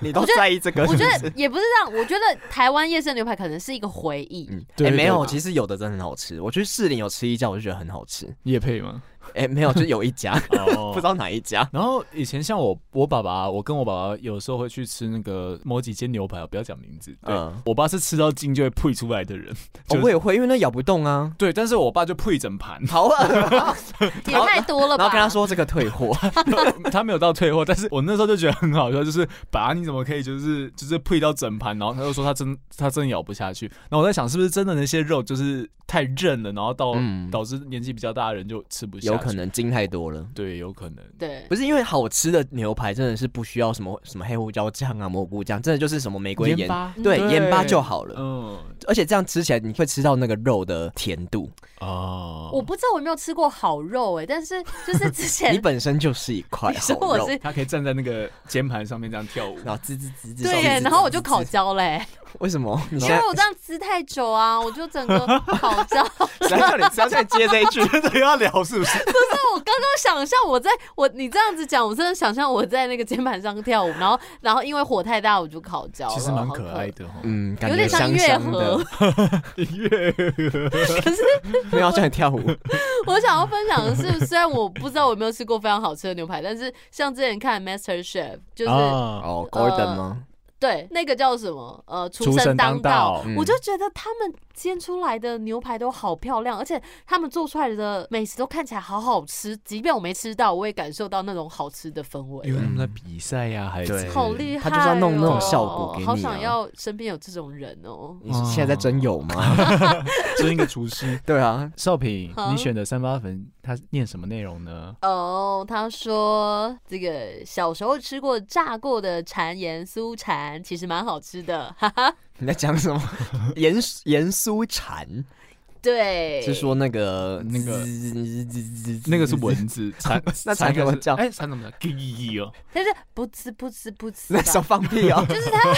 [SPEAKER 3] 你
[SPEAKER 4] 都
[SPEAKER 3] 在意这个
[SPEAKER 4] 我觉得也不是这样，我觉得台湾夜市牛排可能是一个回忆。
[SPEAKER 3] 嗯，
[SPEAKER 2] 对
[SPEAKER 3] 哎，
[SPEAKER 2] 对
[SPEAKER 3] 没有，
[SPEAKER 2] 对
[SPEAKER 3] 其实有的真的很好吃。我去士林有吃一家，我就觉得很好吃。
[SPEAKER 2] 也配吗？
[SPEAKER 3] 哎，没有，就有一家，
[SPEAKER 2] 哦
[SPEAKER 3] 不知道哪一家。
[SPEAKER 2] 然后以前像我，我爸爸，我跟我爸爸有时候会去吃那个某几间牛排，不要讲名字。对，
[SPEAKER 3] 嗯，
[SPEAKER 2] 我爸是吃到筋就会呸出来的人。
[SPEAKER 3] 哦
[SPEAKER 2] 就
[SPEAKER 3] 我也会，因为那咬不 动啊。
[SPEAKER 2] 对，但是我爸就呸整盘，
[SPEAKER 3] 好啊，
[SPEAKER 4] 也太多了
[SPEAKER 3] 然后
[SPEAKER 4] 吧？
[SPEAKER 3] 跟他说这个 退货，
[SPEAKER 2] 他没有到退货，但是 我那时候就觉得很好笑，就是爸，你怎么可以就是就是呸到整盘？然后他就说他真他真的咬不下去。然后我在想，是不是真的那些肉就是太韧了，然后到、
[SPEAKER 3] 嗯
[SPEAKER 2] 导致年纪比较大的人就吃不下去。
[SPEAKER 3] 有可，能筋太多了。
[SPEAKER 2] 对，有可能。
[SPEAKER 4] 对，
[SPEAKER 3] 不是因为好吃的牛排真的是不需要什么什么黑胡椒酱啊、蘑菇酱，真的就是什么玫瑰盐，
[SPEAKER 2] 巴
[SPEAKER 3] 对，
[SPEAKER 2] 对
[SPEAKER 3] 盐巴就好了。
[SPEAKER 2] 嗯，
[SPEAKER 3] 而且这样吃起来，你会吃到那个肉的甜度。
[SPEAKER 2] 哦，
[SPEAKER 4] 我不知道我有没有吃过好肉哎、但是就是之前
[SPEAKER 3] 你本身就是一 块
[SPEAKER 4] 你
[SPEAKER 3] 好
[SPEAKER 4] 说我
[SPEAKER 3] 肉，
[SPEAKER 4] 是
[SPEAKER 2] 他可以站在那个键盘上面这样跳舞。
[SPEAKER 3] 然后滋滋滋滋。
[SPEAKER 4] 对
[SPEAKER 3] 滋
[SPEAKER 4] 耶，
[SPEAKER 3] 滋
[SPEAKER 4] 然后我
[SPEAKER 3] 滋
[SPEAKER 4] 就
[SPEAKER 3] 滋
[SPEAKER 4] 烤
[SPEAKER 3] 滋
[SPEAKER 4] 焦嘞、
[SPEAKER 3] 为什么？你
[SPEAKER 4] 因
[SPEAKER 3] 现
[SPEAKER 4] 为
[SPEAKER 3] 在
[SPEAKER 4] 我这样吃太久啊，我就整 个烤焦。
[SPEAKER 3] 谁要叫你谁要叫你接这一句？
[SPEAKER 2] 的要聊是不是？
[SPEAKER 4] 我刚刚想象我在我你这样子讲，我真的想象我在那个肩膀上跳舞，然后然后因为火太大我就烤焦了，
[SPEAKER 2] 其实蛮
[SPEAKER 4] 好
[SPEAKER 2] 可爱。的哈。
[SPEAKER 3] 嗯，感
[SPEAKER 4] 有
[SPEAKER 3] 觉
[SPEAKER 4] 点像
[SPEAKER 3] 香
[SPEAKER 4] 月
[SPEAKER 3] 香的
[SPEAKER 4] 河，，
[SPEAKER 2] 音乐
[SPEAKER 4] 可是
[SPEAKER 3] 没有要叫你 跳舞。
[SPEAKER 4] 我想要分享的是，虽然我不知道我有没有吃过非常好吃的牛排，但是像之前看 Master Chef，就是、
[SPEAKER 2] 啊，
[SPEAKER 3] 哦，Gordon 吗？
[SPEAKER 4] 对那个叫什么呃，
[SPEAKER 2] 神
[SPEAKER 4] 神
[SPEAKER 2] 当
[SPEAKER 4] 道，
[SPEAKER 2] 道
[SPEAKER 3] 嗯
[SPEAKER 4] 呃我就觉得他们煎出来的牛排都好漂亮，而且他们做出来的美食都看起来好好吃，即便我没吃到，我也感受到那种好吃的氛围
[SPEAKER 2] 因。为他们在比赛呀，还
[SPEAKER 3] 对
[SPEAKER 4] 好厉害、哦！
[SPEAKER 3] 他就是要弄那种效果给你啊
[SPEAKER 4] 好想要身边有这种人哦。
[SPEAKER 3] 你是现在在真有吗？
[SPEAKER 2] 真一个厨 师。
[SPEAKER 3] 对啊，
[SPEAKER 2] 少平
[SPEAKER 4] 好，
[SPEAKER 2] 你选的三八粉，它念什么内容呢？
[SPEAKER 4] 哦、他说这个小时候吃过炸过的馋盐酥馋，其实蛮好吃的，哈哈。
[SPEAKER 3] 你在讲什么？ 盐盐酥蝉
[SPEAKER 4] 对，
[SPEAKER 3] 是说那个
[SPEAKER 2] 那个
[SPEAKER 3] 滋滋滋滋滋
[SPEAKER 2] 那个是蚊 子，蚕
[SPEAKER 3] 那蚕怎么
[SPEAKER 2] 是
[SPEAKER 3] 叫
[SPEAKER 2] 哎，蚕怎么叫？叽哦，
[SPEAKER 4] 但是不吃不吃不吃
[SPEAKER 3] 那
[SPEAKER 4] 吧，
[SPEAKER 3] 手放屁 哦。
[SPEAKER 4] 就是他，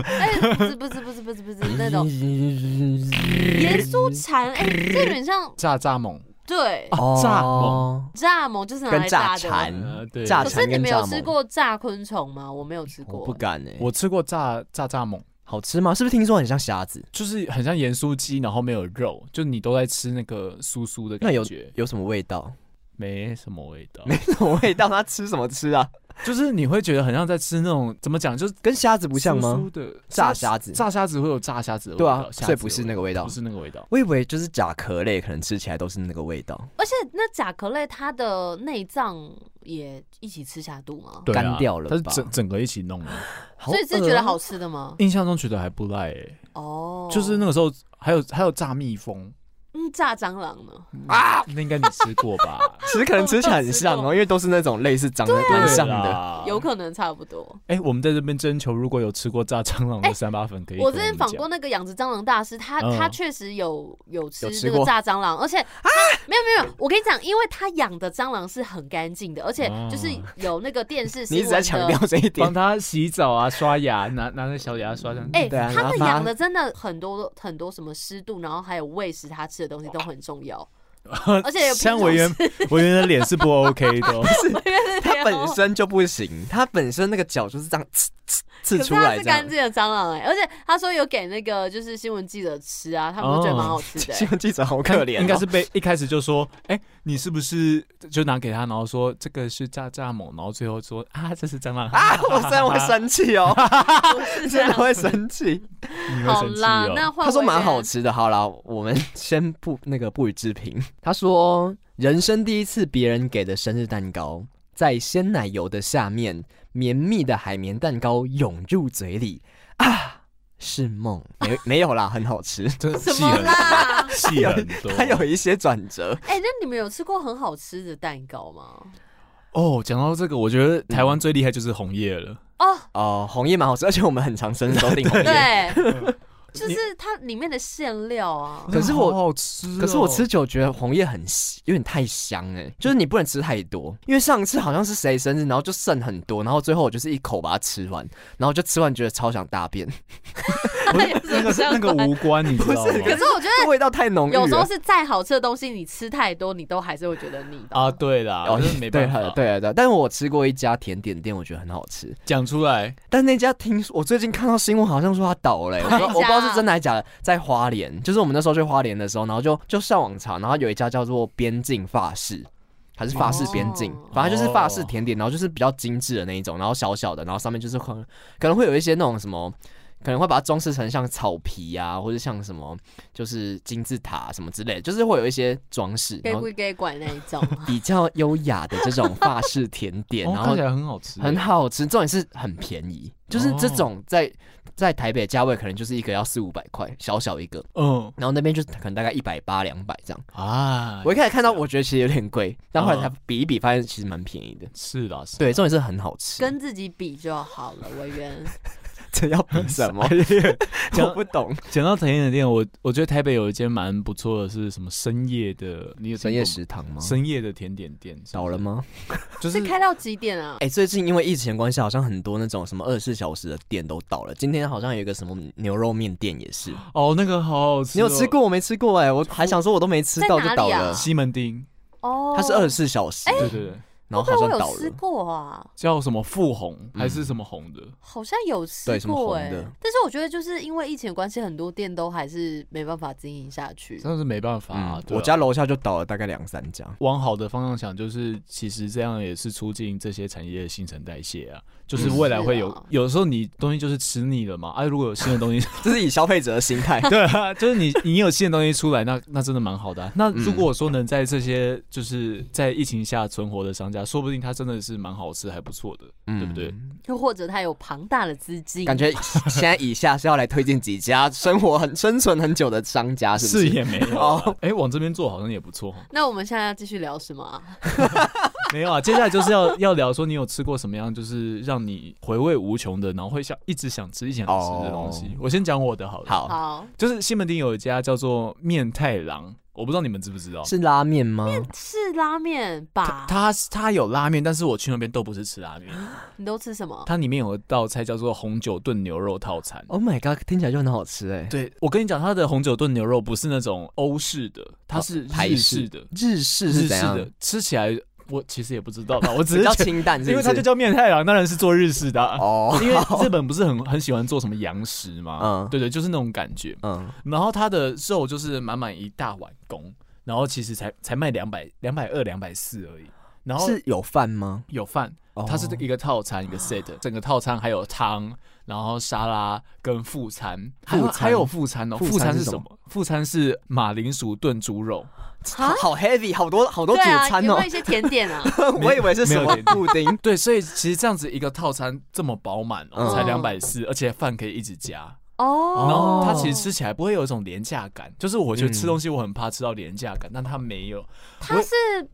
[SPEAKER 4] 哎，不是不是不是不是不是那种盐酥蝉，哎，这有点像
[SPEAKER 2] 炸蚱蜢
[SPEAKER 4] 对
[SPEAKER 3] 哦
[SPEAKER 2] 炸蜢
[SPEAKER 4] 蚱蜢，就是拿
[SPEAKER 3] 跟
[SPEAKER 4] 来
[SPEAKER 3] 炸
[SPEAKER 4] 炸的。
[SPEAKER 3] 蝉
[SPEAKER 2] 呃对，
[SPEAKER 3] 炸
[SPEAKER 4] 可是
[SPEAKER 3] 蝉
[SPEAKER 4] 你
[SPEAKER 3] 跟
[SPEAKER 4] 们
[SPEAKER 3] 炸
[SPEAKER 4] 有吃
[SPEAKER 3] 蜢，
[SPEAKER 4] 过炸昆虫吗？我没有吃
[SPEAKER 3] 我不
[SPEAKER 4] 过。
[SPEAKER 3] 敢哎。
[SPEAKER 2] 我吃过炸炸蚱蜢，
[SPEAKER 3] 好吃吗？是不是听说很像虾子？
[SPEAKER 2] 就是很像盐酥鸡，然后没有肉，就你都在吃那个酥酥的
[SPEAKER 3] 那
[SPEAKER 2] 感
[SPEAKER 3] 有
[SPEAKER 2] 觉，
[SPEAKER 3] 有什么味 道？
[SPEAKER 2] 没什么味道，
[SPEAKER 3] 没什么味道，它吃什么吃啊？
[SPEAKER 2] 就是你会觉得很像在吃那种怎么讲，就是
[SPEAKER 3] 跟虾子不像吗？
[SPEAKER 2] 酥酥的
[SPEAKER 3] 炸虾子
[SPEAKER 2] 炸虾子会有炸虾子的味
[SPEAKER 3] 对
[SPEAKER 2] 道，
[SPEAKER 3] 啊，
[SPEAKER 2] 虾
[SPEAKER 3] 所以
[SPEAKER 2] 子
[SPEAKER 3] 不是
[SPEAKER 2] 有
[SPEAKER 3] 那个味道
[SPEAKER 2] 不。是那个味道。
[SPEAKER 3] 我以为就是甲壳类，可能吃起来都是那个味道，
[SPEAKER 4] 而且那甲壳类它的内脏也一起吃下肚吗？
[SPEAKER 2] 对啊
[SPEAKER 3] 干掉了
[SPEAKER 2] 它是
[SPEAKER 3] 吧
[SPEAKER 2] 整整个一起弄的。
[SPEAKER 3] 好
[SPEAKER 4] 所以是
[SPEAKER 3] 饿
[SPEAKER 4] 觉得
[SPEAKER 3] 啊
[SPEAKER 4] 好吃的吗？
[SPEAKER 2] 印象中觉得还不赖诶、
[SPEAKER 4] 哦，
[SPEAKER 2] 就是那个时候还有还有炸蜜蜂
[SPEAKER 4] 嗯炸蟑螂呢，
[SPEAKER 2] 啊，那应该你吃过吧？
[SPEAKER 3] 啊其实可能吃起来很像
[SPEAKER 4] 我没有吃啊
[SPEAKER 3] 哦，
[SPEAKER 4] 过
[SPEAKER 3] 因为都是那种类似长得蛮像的。
[SPEAKER 2] 的
[SPEAKER 4] 有可能差不多。
[SPEAKER 2] 哎、我们在这边征求，如果有吃过炸蟑螂的
[SPEAKER 4] 哎
[SPEAKER 2] 三八粉，可以跟
[SPEAKER 4] 我
[SPEAKER 2] 我
[SPEAKER 4] 之
[SPEAKER 2] 们
[SPEAKER 4] 前访过
[SPEAKER 2] 讲
[SPEAKER 4] 那个养殖蟑螂大师，他
[SPEAKER 2] 嗯
[SPEAKER 4] 他确实有有吃
[SPEAKER 3] 有吃
[SPEAKER 4] 那个
[SPEAKER 3] 过啊
[SPEAKER 4] 炸蟑螂，而且他没有没有，没有我跟你讲，因为他养的蟑螂是很干净的，而且
[SPEAKER 2] 哦
[SPEAKER 4] 就是有那个电视
[SPEAKER 3] 你
[SPEAKER 4] 新
[SPEAKER 3] 一直
[SPEAKER 4] 闻
[SPEAKER 3] 在强调
[SPEAKER 4] 的。
[SPEAKER 3] 这一
[SPEAKER 2] 帮
[SPEAKER 3] 点，
[SPEAKER 2] 他洗澡啊、刷牙，拿拿那小牙刷这样。
[SPEAKER 4] 哎、
[SPEAKER 3] 对啊
[SPEAKER 4] 他
[SPEAKER 3] 然后
[SPEAKER 4] 们
[SPEAKER 3] 把 它
[SPEAKER 4] 养的真的很多很多什么湿度，然后还有喂食它吃的东西都很重要。而且也不是
[SPEAKER 2] 像委员委员的脸是不 OK 的哦、
[SPEAKER 4] 啊
[SPEAKER 3] 它本身就不行，它本身那个脚就是这样刺刺刺
[SPEAKER 4] 可是
[SPEAKER 3] 出
[SPEAKER 4] 它
[SPEAKER 3] 来
[SPEAKER 4] 是
[SPEAKER 3] 这
[SPEAKER 4] 干
[SPEAKER 3] 样。
[SPEAKER 4] 净的蟑螂哎、而且他说有给那个就是新闻记者吃啊，他们都觉得蛮好 吃的、欸
[SPEAKER 3] 新闻记者好可怜哦，
[SPEAKER 2] 应该是被一开始就说，哎、你是不是就拿给他，然后说这个是炸炸蜢，然后最后说啊，这是蟑螂
[SPEAKER 3] 啊，我真的会，生气 哦，
[SPEAKER 4] 不是这
[SPEAKER 3] 真
[SPEAKER 4] 样
[SPEAKER 3] 的。会生气。
[SPEAKER 2] 你会
[SPEAKER 4] 好
[SPEAKER 2] 生气
[SPEAKER 4] 啦，
[SPEAKER 2] 哦。
[SPEAKER 4] 那换
[SPEAKER 3] 他说
[SPEAKER 4] 委员
[SPEAKER 3] 蛮好吃的，好啦，我们 先不那个不予置评。他说人生第一次别人给的生日蛋糕，在鲜奶油的下面，绵密的海绵蛋糕涌入嘴里啊，是梦。没没有啦，很 好吃。
[SPEAKER 2] 这
[SPEAKER 4] 什
[SPEAKER 2] 戏
[SPEAKER 4] 么
[SPEAKER 2] 很
[SPEAKER 4] 啦？
[SPEAKER 2] 戏很多。
[SPEAKER 3] 它有一些转折，
[SPEAKER 4] 哎、那你们有吃过很好吃的蛋糕吗？
[SPEAKER 2] 哦，讲到这个，我觉得台湾最厉害就是红叶了。
[SPEAKER 4] 哦，
[SPEAKER 3] 哦，红叶蛮好吃，而且我们很常生日都订红叶。
[SPEAKER 4] 对， 就是它里面的馅料啊。
[SPEAKER 3] 可是我
[SPEAKER 2] 好好吃哦、
[SPEAKER 3] 可是我吃久觉得红叶很香有点太香哎、就是你不能吃太多，因为上次好像是谁生日，然后就剩很多，然后最后我就是一口把它吃完，然后就吃完觉得超想大便，
[SPEAKER 2] 不是那个是那个无关，你知道吗
[SPEAKER 3] 不？
[SPEAKER 4] 可是我觉得
[SPEAKER 3] 这味道太浓郁了。
[SPEAKER 4] 有时候是再好吃的东西，你吃太多，你都还是会觉得腻的。
[SPEAKER 2] 啊，对啦，
[SPEAKER 3] 哦
[SPEAKER 2] 我就是没
[SPEAKER 3] 对
[SPEAKER 2] 办法，
[SPEAKER 3] 对啊对啊，但是我吃过一家甜点店，我觉得很好吃，
[SPEAKER 2] 讲出来
[SPEAKER 3] 但那家听说我最近看到新闻好像说它倒了、欸，我不知道
[SPEAKER 4] 哪一家
[SPEAKER 3] 我不知道是真的还是假的，在花莲，就是我们那时候去花莲的时候，然后就就上网查，然后有一家叫做边境法式。还是法式边境
[SPEAKER 4] 哦，
[SPEAKER 3] 反正就是法式甜点，然后就是比较精致的那一种，然后小小的，然后上面就是可能可能会有一些那种什么，可能会把它装饰成像草皮啊，或者像什么就是金字塔什么之类的，就是会有一些装饰，
[SPEAKER 4] 给
[SPEAKER 3] 然后
[SPEAKER 4] 归给管那一 种，
[SPEAKER 3] 比较优雅的这种法式甜 点，
[SPEAKER 2] 哦
[SPEAKER 3] 然
[SPEAKER 2] 看
[SPEAKER 3] 后
[SPEAKER 2] 起来很好吃，
[SPEAKER 3] 很好吃，重点是很便宜，就是这种在在台北的价位可能就是一个要四五百块，小小一个，
[SPEAKER 2] 嗯
[SPEAKER 3] 然后那边就是可能大概一百八两百这样。
[SPEAKER 2] 啊，
[SPEAKER 3] 我一开始看到我觉得其实有点贵，但后来
[SPEAKER 2] 嗯
[SPEAKER 3] 才比一比发现其实蛮便宜的。
[SPEAKER 2] 是啦，是啦
[SPEAKER 3] 对，重点是很好吃。
[SPEAKER 4] 跟自己比就好了。委员，
[SPEAKER 3] 这要比 什么？
[SPEAKER 2] 讲
[SPEAKER 3] 我不懂。
[SPEAKER 2] 讲到甜点店，我我觉得台北有一间蛮不错的，是什么深夜的？你有听过
[SPEAKER 3] 深夜
[SPEAKER 2] 吗
[SPEAKER 3] 食堂吗？
[SPEAKER 2] 深夜的甜点店是不是
[SPEAKER 3] 倒了？吗？
[SPEAKER 2] 就是
[SPEAKER 4] 是开到几点啊？
[SPEAKER 3] 哎、最近因为疫情的关系，好像很多那种什么二十四小时的店都倒了。今天好像有一个什么牛肉面店也是，
[SPEAKER 2] 哦，那个好好吃、
[SPEAKER 3] 你有吃？过？我没吃过哎、我还想说我都没吃到就
[SPEAKER 4] 在
[SPEAKER 3] 倒
[SPEAKER 4] 哪里
[SPEAKER 3] 了
[SPEAKER 4] 啊。
[SPEAKER 2] 西门町，
[SPEAKER 4] 哦，
[SPEAKER 3] 它是二十四小时，
[SPEAKER 2] 对对对，
[SPEAKER 3] 然后
[SPEAKER 4] 会
[SPEAKER 3] 好
[SPEAKER 4] 我
[SPEAKER 3] 像倒
[SPEAKER 4] 有
[SPEAKER 3] 了
[SPEAKER 4] 吃。过啊，
[SPEAKER 2] 叫什么富红还是什么红
[SPEAKER 3] 嗯
[SPEAKER 2] 的？
[SPEAKER 4] 好像有吃
[SPEAKER 3] 对什么
[SPEAKER 4] 过
[SPEAKER 3] 红
[SPEAKER 4] 哎、
[SPEAKER 3] 的
[SPEAKER 4] 但是我觉得就是因为疫情的关系，很多店都还是没办法经营下去。
[SPEAKER 2] 真的是没办法、啊
[SPEAKER 3] 嗯，
[SPEAKER 2] 对啊
[SPEAKER 3] 我家楼下就倒了大概两三家。
[SPEAKER 2] 往好的方向想，就是其实这样也是促进这些产业的新陈代谢啊。就是
[SPEAKER 3] 嗯
[SPEAKER 2] 未来会有，
[SPEAKER 4] 是啊
[SPEAKER 2] 有时候你东西就是吃腻了嘛，啊，如果有新的东西，，
[SPEAKER 3] 这是以消费者的心态
[SPEAKER 2] 对啊，就是你你有新的东西出来，那那真的蛮好的啊、那
[SPEAKER 3] 嗯
[SPEAKER 2] 如果说能在这些就是在疫情下存活的商家，说不定它真的是蛮好吃，还不错的，
[SPEAKER 4] 嗯
[SPEAKER 2] 对不对？？
[SPEAKER 4] 又或者他有庞大的资金，
[SPEAKER 3] 嗯感觉现在以下是要来推荐几家生活很生存很久的商家，是不哦
[SPEAKER 2] 是
[SPEAKER 3] 是？
[SPEAKER 2] 也没有啊，哎、往这边做好像也不错哦。
[SPEAKER 4] 那我们现在要继续聊什么啊？
[SPEAKER 2] 没有啊，接下来就是要 要聊说你有吃过什么样，就是让你回味无穷的，然后会想一直想吃、一直想吃的东西。
[SPEAKER 3] 哦
[SPEAKER 2] 我先讲我的好了，
[SPEAKER 3] 好，
[SPEAKER 4] 好，
[SPEAKER 2] 就是西门町有一家叫做面太郎，我不知道你们知不知道。
[SPEAKER 3] 是拉面吗？
[SPEAKER 4] 是拉面
[SPEAKER 2] 它
[SPEAKER 4] 吧？
[SPEAKER 2] 它它有拉面，但是我去那边都不是吃拉面。
[SPEAKER 4] 你都吃什么？
[SPEAKER 2] 它里面有一道菜叫做红酒炖牛肉套餐。
[SPEAKER 3] Oh my god，听起来就很好吃哎。
[SPEAKER 2] 对，我跟你讲，它的红酒炖牛肉不是那种欧式的，它是
[SPEAKER 3] 哦台
[SPEAKER 2] 日式的，
[SPEAKER 3] 日式
[SPEAKER 2] 日
[SPEAKER 3] 是
[SPEAKER 2] 式
[SPEAKER 3] 怎样？
[SPEAKER 2] 的，吃起来我其实也不知道 吧，我只
[SPEAKER 3] 比
[SPEAKER 2] 是
[SPEAKER 3] 较
[SPEAKER 2] 觉得
[SPEAKER 3] 清淡是不是，
[SPEAKER 2] 因为它就叫面太郎，当然是做日式的啊、
[SPEAKER 3] 哦，
[SPEAKER 2] 因为日本不是很很喜欢做什么洋食嘛，
[SPEAKER 3] 嗯
[SPEAKER 2] 对对，就是那种感觉。
[SPEAKER 3] 嗯，
[SPEAKER 2] 然后它的肉就是满满一大碗公，然后其实才才卖两百两百二两百四而已，然后
[SPEAKER 3] 是有饭吗？
[SPEAKER 2] 有饭，
[SPEAKER 3] 哦啊
[SPEAKER 2] 它是一个套餐一个 set，整个套餐还有汤，然后沙拉跟副餐，还有
[SPEAKER 3] 副餐
[SPEAKER 2] 还有副餐哦，
[SPEAKER 3] 副餐
[SPEAKER 2] 副餐
[SPEAKER 3] 是
[SPEAKER 2] 是
[SPEAKER 3] 什
[SPEAKER 2] 什么？副餐是马铃薯炖猪肉，
[SPEAKER 3] 好好 heavy，好多好多主
[SPEAKER 4] 啊对啊，
[SPEAKER 3] 餐
[SPEAKER 4] 有
[SPEAKER 3] 哦
[SPEAKER 4] 没有。一些甜点 啊？
[SPEAKER 3] 我以为是什
[SPEAKER 2] 没有
[SPEAKER 3] 么
[SPEAKER 2] 点
[SPEAKER 3] 布丁，
[SPEAKER 2] 对，所以其实这样子一个套餐这么饱满哦，
[SPEAKER 3] 嗯
[SPEAKER 2] 才两百四，而且饭可以一直加。
[SPEAKER 4] 哦，
[SPEAKER 2] 然后它其实吃起来不会有一种廉价感，就是我觉得吃
[SPEAKER 3] 嗯
[SPEAKER 2] 东西我很怕吃到廉价感，但它没有。
[SPEAKER 4] 它是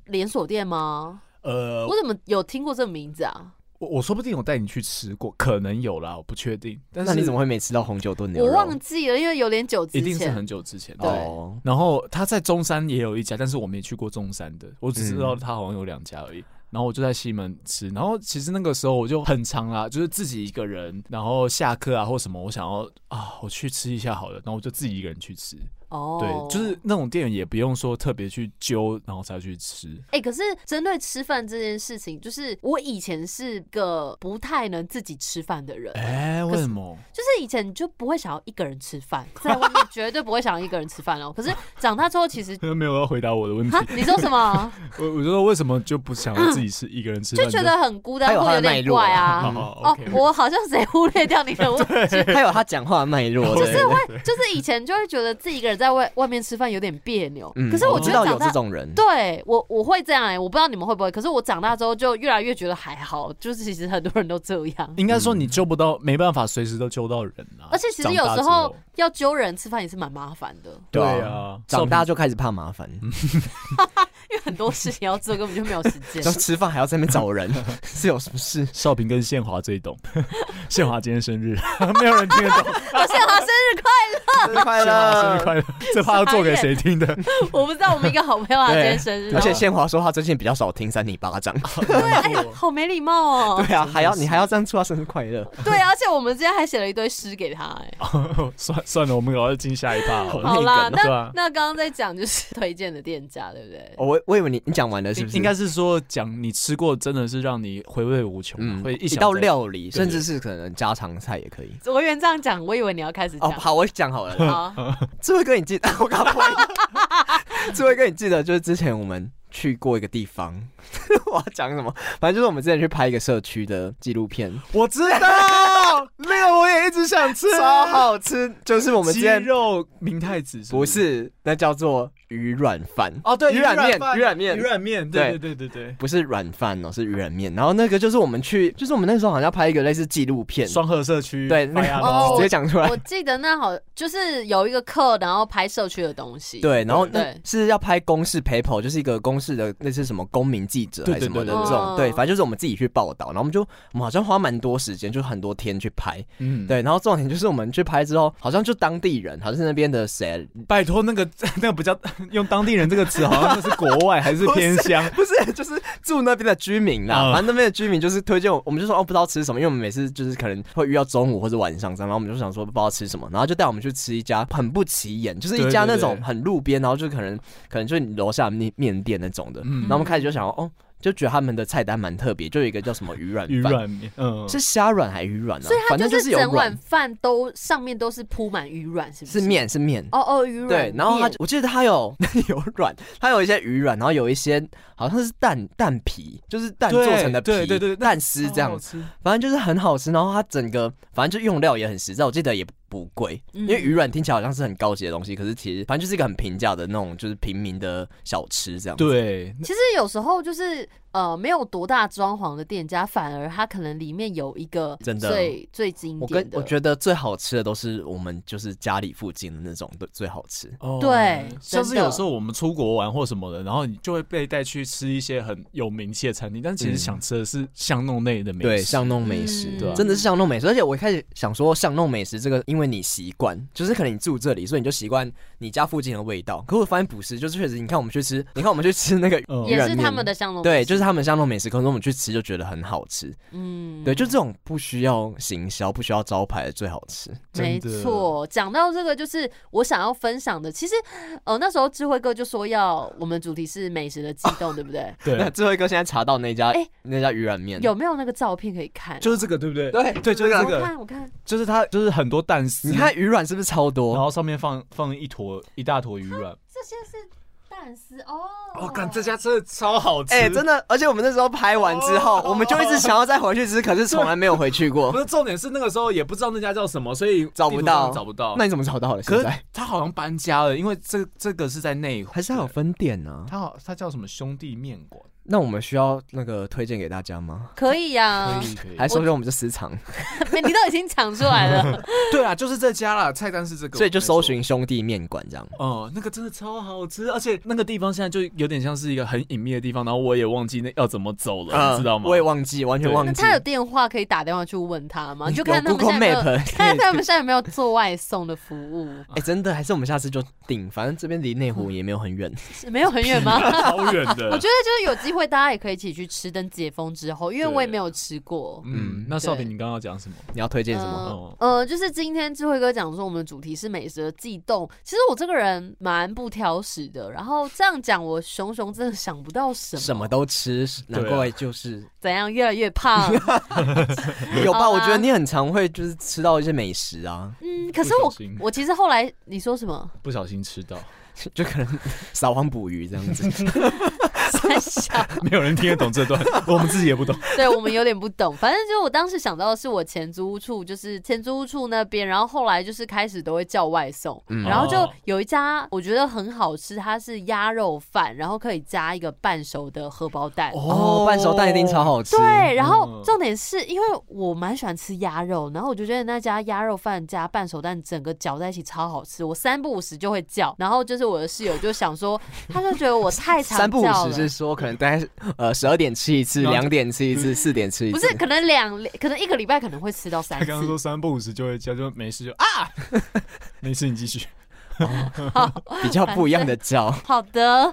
[SPEAKER 4] 连锁店吗？
[SPEAKER 2] 呃，
[SPEAKER 4] 我
[SPEAKER 3] 嗯
[SPEAKER 4] 怎么有听过这个名字啊？
[SPEAKER 2] 我我说不定有带你去吃过，可能有啦，我不确定。 但是
[SPEAKER 3] 那你怎么会没吃到红酒炖牛
[SPEAKER 4] 我
[SPEAKER 3] 肉？
[SPEAKER 4] 忘记了，因为有点久之
[SPEAKER 2] 一定是
[SPEAKER 4] 前
[SPEAKER 2] 很久之前？
[SPEAKER 4] 对
[SPEAKER 3] 哦，
[SPEAKER 2] 然后他在中山也有一家，但是我没去过中山的，我只知道他好像有两家而已。然后我就在西门吃，然后其实那个时候我就很常啦，就是自己一个人，然后下课啊或什么，我想要啊，我去吃一下好了，然后我就自己一个人去吃，
[SPEAKER 4] 哦，
[SPEAKER 2] 对，就是那种店也不用说特别去揪，然后才去吃。
[SPEAKER 4] 哎、可是针对吃饭这件事情，就是我以前是个不太能自己吃饭的人，
[SPEAKER 2] 哎、为什么？
[SPEAKER 4] 就是以前你就不会想要一个人吃饭，在外面绝对不会想要一个人吃饭哦。可是长大之后，其 实
[SPEAKER 2] 没有要回答我的问题
[SPEAKER 4] 哈。，你说什么？
[SPEAKER 2] 我我就说为什么就不想要自己吃一个人吃 饭？
[SPEAKER 4] 就觉得很孤
[SPEAKER 3] 还
[SPEAKER 4] 单
[SPEAKER 3] 有
[SPEAKER 4] 或
[SPEAKER 3] 他的
[SPEAKER 4] 有
[SPEAKER 3] 脉
[SPEAKER 4] 点
[SPEAKER 3] 络啊
[SPEAKER 4] 怪
[SPEAKER 2] 就
[SPEAKER 4] 啊
[SPEAKER 2] 好。好
[SPEAKER 4] 哦
[SPEAKER 2] OK，，
[SPEAKER 4] 我好像谁忽略掉你的问题，
[SPEAKER 3] 还有他讲话的脉络，
[SPEAKER 2] 就是
[SPEAKER 3] 对 不对
[SPEAKER 4] 就是以前就会觉得自己一个人在外外面吃饭有点别扭，
[SPEAKER 3] 嗯，
[SPEAKER 4] 可是
[SPEAKER 3] 我
[SPEAKER 4] 我
[SPEAKER 3] 知
[SPEAKER 4] 觉
[SPEAKER 3] 道
[SPEAKER 4] 得长
[SPEAKER 3] 有这
[SPEAKER 4] 大。
[SPEAKER 3] 种人，
[SPEAKER 4] 对我我会这样哎、我不知道你们会不会，可是我长大之后就越来越觉得还好，就是其实很多人都这样，
[SPEAKER 2] 应该说你揪不到，没办法随时都揪到人 啊。
[SPEAKER 4] 而且其实
[SPEAKER 2] 长
[SPEAKER 4] 有
[SPEAKER 2] 大
[SPEAKER 4] 时
[SPEAKER 2] 之
[SPEAKER 4] 候
[SPEAKER 2] 后
[SPEAKER 4] 要揪人吃饭也是蛮麻烦的，
[SPEAKER 2] 对
[SPEAKER 3] 啊，
[SPEAKER 2] 啊，
[SPEAKER 3] 长
[SPEAKER 2] 照
[SPEAKER 3] 大就开始怕麻烦，
[SPEAKER 2] 嗯
[SPEAKER 4] 因为很多事情要做，根本就没有时 间
[SPEAKER 3] 就。吃饭还要在那边找人，是有什么事？
[SPEAKER 2] 少平跟宪华最懂， 宪华今天生日， 没有人听得 懂。
[SPEAKER 4] 我宪华生日快
[SPEAKER 3] 生日快
[SPEAKER 2] 宪华生日 快乐，这怕要做给谁听的？
[SPEAKER 4] 乐，我不知道我们一个好朋友他 今天生日，
[SPEAKER 3] 而且
[SPEAKER 4] 然后
[SPEAKER 3] 宪华说他最近比较少听扇你巴掌，
[SPEAKER 4] 哎 呀，好没礼貌哦。
[SPEAKER 3] 对啊，还要你还要这样祝他生日快乐，
[SPEAKER 4] 对，而且我们之前还写了一堆诗给他哎、
[SPEAKER 2] 哦算算了，我们赶快进下一趴好了。
[SPEAKER 4] 好 啦，
[SPEAKER 2] 对
[SPEAKER 4] 那
[SPEAKER 2] 啊
[SPEAKER 4] 那刚刚在讲就是 推荐的店家，对不对？
[SPEAKER 3] 哦我我以为你你讲完了是不是？
[SPEAKER 2] 应该是说讲你吃过，真的是让你回味无穷啊，
[SPEAKER 3] 嗯
[SPEAKER 2] 会一
[SPEAKER 3] 一
[SPEAKER 2] 想
[SPEAKER 3] 道
[SPEAKER 2] 再
[SPEAKER 3] 料理，
[SPEAKER 2] 对
[SPEAKER 3] 甚至是可能家常菜也可以。
[SPEAKER 4] 我原这样讲，我以为你要
[SPEAKER 2] 嗯
[SPEAKER 4] 开始
[SPEAKER 3] 哦，
[SPEAKER 4] 讲。
[SPEAKER 3] 好，我讲好了啦。
[SPEAKER 4] 好，
[SPEAKER 3] 智慧哥，你记得 我搞不会智慧哥，你记得就是之前我们去过一个地方， 我要讲什么？反正就是我们之前去拍一个社区的纪录片，
[SPEAKER 2] 我知 道，那个我也一直想吃。啊
[SPEAKER 3] 超好吃。就是我们之
[SPEAKER 2] 鸡
[SPEAKER 3] 前
[SPEAKER 2] 肉明太子
[SPEAKER 3] 不是，那叫做鱼软饭
[SPEAKER 2] 哦，对，
[SPEAKER 3] 鱼软面
[SPEAKER 2] 饭
[SPEAKER 3] 鱼软面
[SPEAKER 2] 鱼软面，对对对对
[SPEAKER 3] 不是软饭哦，是鱼软面。然后那个就是我们去，就是我们那时候好像要拍一个类似纪录
[SPEAKER 2] 对，
[SPEAKER 3] 片，
[SPEAKER 2] 双河社区
[SPEAKER 3] 对那个
[SPEAKER 2] 白鸭
[SPEAKER 4] 哦
[SPEAKER 2] 猫
[SPEAKER 3] 直接讲出来
[SPEAKER 4] 我。记得那好就是有一个课，然后拍社区的东西。
[SPEAKER 3] 对，然后那嗯
[SPEAKER 4] 对
[SPEAKER 3] 是要拍公示 paper，就是一个公示的那是什么公民记者
[SPEAKER 2] 对
[SPEAKER 3] 还是什么的
[SPEAKER 2] 对对
[SPEAKER 3] 这
[SPEAKER 4] 对
[SPEAKER 3] 种，
[SPEAKER 4] 嗯
[SPEAKER 3] 对，反正就是我们自己去报道，然后我们就我们好像花蛮多时间，就是很多天去拍，
[SPEAKER 2] 嗯，
[SPEAKER 3] 对，然后重点就是我们去拍之后，好像就当地人，好像是那边的谁，
[SPEAKER 2] 嗯拜托那个 那个不叫用当地人这个词，好像那是国外还是偏乡，
[SPEAKER 3] 不是，就是住那边的居民啦。
[SPEAKER 2] 嗯
[SPEAKER 3] 反正那边的居民就是推荐我，我们就说哦，不知道吃什么，因为我们每次就是可能会遇到中午或者晚上这样，然后我们就想说不知道吃什么，然后就带我们去吃一家很不起眼，就是一家
[SPEAKER 2] 对对
[SPEAKER 3] 那
[SPEAKER 2] 对
[SPEAKER 3] 种很路边，然后就可能可能就是你楼下面面店那种的。
[SPEAKER 2] 嗯
[SPEAKER 3] 然后我们开始就想哦，就觉得他们的菜单蛮特别，就有一个叫什么鱼软
[SPEAKER 2] 鱼
[SPEAKER 3] 饭，
[SPEAKER 2] 软面，嗯，
[SPEAKER 3] 是虾软还鱼软啊？
[SPEAKER 4] 所以它
[SPEAKER 3] 反正就是有
[SPEAKER 4] 整碗
[SPEAKER 3] 软，
[SPEAKER 4] 饭都上面都是铺满鱼卵，是不
[SPEAKER 3] 是面是面。
[SPEAKER 4] 哦哦，鱼卵
[SPEAKER 3] 对，然后它
[SPEAKER 4] 面
[SPEAKER 3] 我记得它有 有软，它有一些鱼软，然后有一些好像是蛋蛋皮，就是蛋做
[SPEAKER 2] 对
[SPEAKER 3] 成的皮，
[SPEAKER 2] 对对对那
[SPEAKER 3] 蛋丝这
[SPEAKER 2] 好
[SPEAKER 3] 样
[SPEAKER 2] 好，吃
[SPEAKER 3] 反正就是很哦好吃。然后它整个反正就用料也很实在，我记得也不贵，因
[SPEAKER 4] 嗯
[SPEAKER 3] 为鱼软听起来好像是很高级的东西，可是其实反正就是一个很平价的那种，就是平民的小吃这样。，
[SPEAKER 2] 对，
[SPEAKER 4] 其实有时候就是呃没有多大装潢的店家，反而它可能里面有一个
[SPEAKER 3] 真的
[SPEAKER 4] 最最经
[SPEAKER 3] 我
[SPEAKER 4] 典
[SPEAKER 3] 跟
[SPEAKER 4] 的。
[SPEAKER 3] 我觉得最好吃的都是我们就是家里附近的那种的最好吃。
[SPEAKER 2] 哦
[SPEAKER 4] 对
[SPEAKER 2] 像是
[SPEAKER 4] 真的
[SPEAKER 2] 有时候我们出国玩或什么的，然后你就会被带去吃一些很有名气的餐厅，但其实想吃的是嗯巷弄内的美食。
[SPEAKER 3] 对，巷弄美食，
[SPEAKER 4] 嗯
[SPEAKER 2] 对啊
[SPEAKER 3] 真的是巷弄美食。而且我一开始想说巷弄美食这个，因为你习惯，就是可能你住这里，所以你就习惯你家附近的味道。可我发现不是，就是确实，你看我们去吃，你看我们去吃 那个
[SPEAKER 2] 嗯
[SPEAKER 3] 鱼
[SPEAKER 4] 也
[SPEAKER 3] 软
[SPEAKER 4] 是
[SPEAKER 3] 面
[SPEAKER 4] 他们的香浓
[SPEAKER 3] 对，
[SPEAKER 4] 美
[SPEAKER 3] 就是
[SPEAKER 4] 食
[SPEAKER 3] 他们巷弄美食，可是我们去吃就觉得很好吃。
[SPEAKER 4] 嗯
[SPEAKER 3] 对，就这种不需要行销、不需要招牌的最好吃。
[SPEAKER 4] 没
[SPEAKER 2] 真的
[SPEAKER 4] 错，讲到这个，就是我想要分享的。其实，呃，那时候智慧哥就说要我们主题是美食的悸动，对不对？
[SPEAKER 3] 那
[SPEAKER 2] 对，
[SPEAKER 3] 最后一个现在查到那家、
[SPEAKER 4] 哎
[SPEAKER 3] 那家鱼软面，
[SPEAKER 4] 有没有那个照片可以看？
[SPEAKER 2] 就是这个，对不对？
[SPEAKER 3] 对
[SPEAKER 2] 对，就是这
[SPEAKER 4] 我
[SPEAKER 2] 个，
[SPEAKER 4] 看，我看，
[SPEAKER 2] 就是它，就是很多蛋丝，
[SPEAKER 3] 你看，鱼软是不是超
[SPEAKER 2] 然
[SPEAKER 3] 多？
[SPEAKER 2] 后上面放放一坨一大坨鱼软。
[SPEAKER 4] 这些是蛋丝哦。
[SPEAKER 2] 我看这家真的超好吃，
[SPEAKER 3] 哎、真的，而且我们那时候拍完之后，我们就一直想要再回去吃，可是从来没有回去过
[SPEAKER 2] 不。是重点是那个时候也不知道那家叫什么，所以
[SPEAKER 3] 找不
[SPEAKER 2] 地图上
[SPEAKER 3] 到
[SPEAKER 2] 找不到。
[SPEAKER 3] 那你怎么找到的？
[SPEAKER 2] 可
[SPEAKER 3] 现
[SPEAKER 2] 是
[SPEAKER 3] 在
[SPEAKER 2] 他好像搬家了，因为这这个是在内湖，
[SPEAKER 3] 还是还有分店呢、
[SPEAKER 2] 他好他叫什么兄弟面馆？
[SPEAKER 3] 那我们需要那个推荐给大家吗？
[SPEAKER 4] 可以呀、
[SPEAKER 2] 可以可以，
[SPEAKER 3] 还是说我们就私藏？
[SPEAKER 4] 没 你都已经讲出来了。
[SPEAKER 2] 对啊，就是这家啦，菜单是这个，
[SPEAKER 3] 所以就
[SPEAKER 2] 没错
[SPEAKER 3] 搜寻兄弟面馆这样。
[SPEAKER 2] 哦，那个真的超好吃，而且那个地方现在就有点像是一个很隐秘的地方，然后我也忘记那要怎么走了，
[SPEAKER 3] 啊
[SPEAKER 2] 你知道吗？
[SPEAKER 3] 我也忘记，完全忘
[SPEAKER 4] 那
[SPEAKER 3] 记。
[SPEAKER 4] 他有电话可以打电话去问他吗？就
[SPEAKER 3] 有
[SPEAKER 4] 看他们
[SPEAKER 3] Google
[SPEAKER 4] 现在 有没有
[SPEAKER 3] Map
[SPEAKER 4] 看他们现在有没有做外送的服务，
[SPEAKER 3] 哎、真的，还是我们下
[SPEAKER 2] 嗯
[SPEAKER 3] 次就定，反正这边离内湖也没有很远。
[SPEAKER 4] 是没有很远吗？
[SPEAKER 2] 超远
[SPEAKER 4] 我
[SPEAKER 2] 的
[SPEAKER 4] 觉，得
[SPEAKER 2] 嗯
[SPEAKER 4] 就是有机会大家也可以一起去吃，等解封之后，因为我也没有吃过。
[SPEAKER 2] 嗯，那少平，你刚刚要讲什么？
[SPEAKER 3] 你要推荐什么？
[SPEAKER 4] 呃，呃就是今天智慧哥讲说，我们主题是美食的悸动。其实我这个人蛮不挑食的，然后这样讲，我熊熊真的想不到什么，
[SPEAKER 3] 什么都吃，难
[SPEAKER 2] 对啊
[SPEAKER 3] 怪就是
[SPEAKER 4] 怎样越来越 胖。
[SPEAKER 3] 有吧？
[SPEAKER 4] 好
[SPEAKER 3] 我
[SPEAKER 4] 啦
[SPEAKER 3] 觉得你很常会就是吃到一些美食啊，
[SPEAKER 4] 嗯，可是
[SPEAKER 2] 不小
[SPEAKER 4] 我
[SPEAKER 2] 心
[SPEAKER 4] 我其实后来你说什么？
[SPEAKER 2] 不小心吃到，
[SPEAKER 3] 就 可能撒网捕鱼这样 子。
[SPEAKER 4] 三小
[SPEAKER 2] 没有人听得懂这段， 我们自己也不懂。
[SPEAKER 4] 对我们有点不懂，反正就我当时想到的是我前租屋处，就是前租屋处那边，然后后来就是开始都会叫外送，
[SPEAKER 3] 嗯
[SPEAKER 4] 然后就
[SPEAKER 2] 哦
[SPEAKER 4] 有一家我觉得很好吃，它是鸭肉饭，然后可以加一个半熟的荷包蛋。
[SPEAKER 3] 哦，半熟蛋一定超好吃。
[SPEAKER 4] 对，然后
[SPEAKER 2] 嗯
[SPEAKER 4] 重点是因为我蛮喜欢吃鸭肉，然后我就觉得那家鸭肉饭加半熟蛋整个搅在一起超好吃，我三不五时就会叫。然后就是我的室友就想说，他就觉得我太常
[SPEAKER 3] 三不五
[SPEAKER 4] 叫
[SPEAKER 3] 时
[SPEAKER 4] 了
[SPEAKER 3] 是说可能大概呃十二点吃一次，
[SPEAKER 2] 然后
[SPEAKER 3] 两点吃一次，四点吃一
[SPEAKER 4] 不
[SPEAKER 3] 次。
[SPEAKER 4] 是可能两可能一个礼拜可能会吃到三
[SPEAKER 2] 他
[SPEAKER 4] 次。
[SPEAKER 2] 刚刚说三不五时就会叫，就没事就啊， 没事你继续。
[SPEAKER 3] 比较不一样的叫。
[SPEAKER 4] 好的，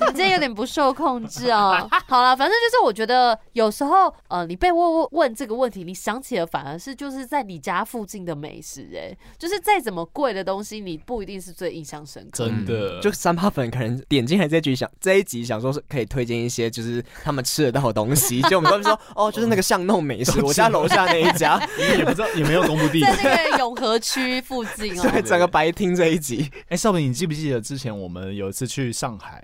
[SPEAKER 4] 你今天有点不受控制哦。好了，反正就是我觉得有时候，呃，你被问问问这个问题，你想起了反而是就是在你家附近的美食、哎，就是再怎么贵的东西，你不一定是最印象深刻。
[SPEAKER 2] 真的，
[SPEAKER 3] 嗯就三八粉可能点进来这一局想这一集想说是可以推荐一些就是他们吃得到的东西，就我们都说哦，就是那个巷弄美食，我家楼下那一家，
[SPEAKER 2] 也不知道也没有公布地址
[SPEAKER 4] 在。那个永和区附近 哦、
[SPEAKER 3] 对，整个白听这一集，
[SPEAKER 2] 哎，少平，你记不记得之前我们有一次去上海，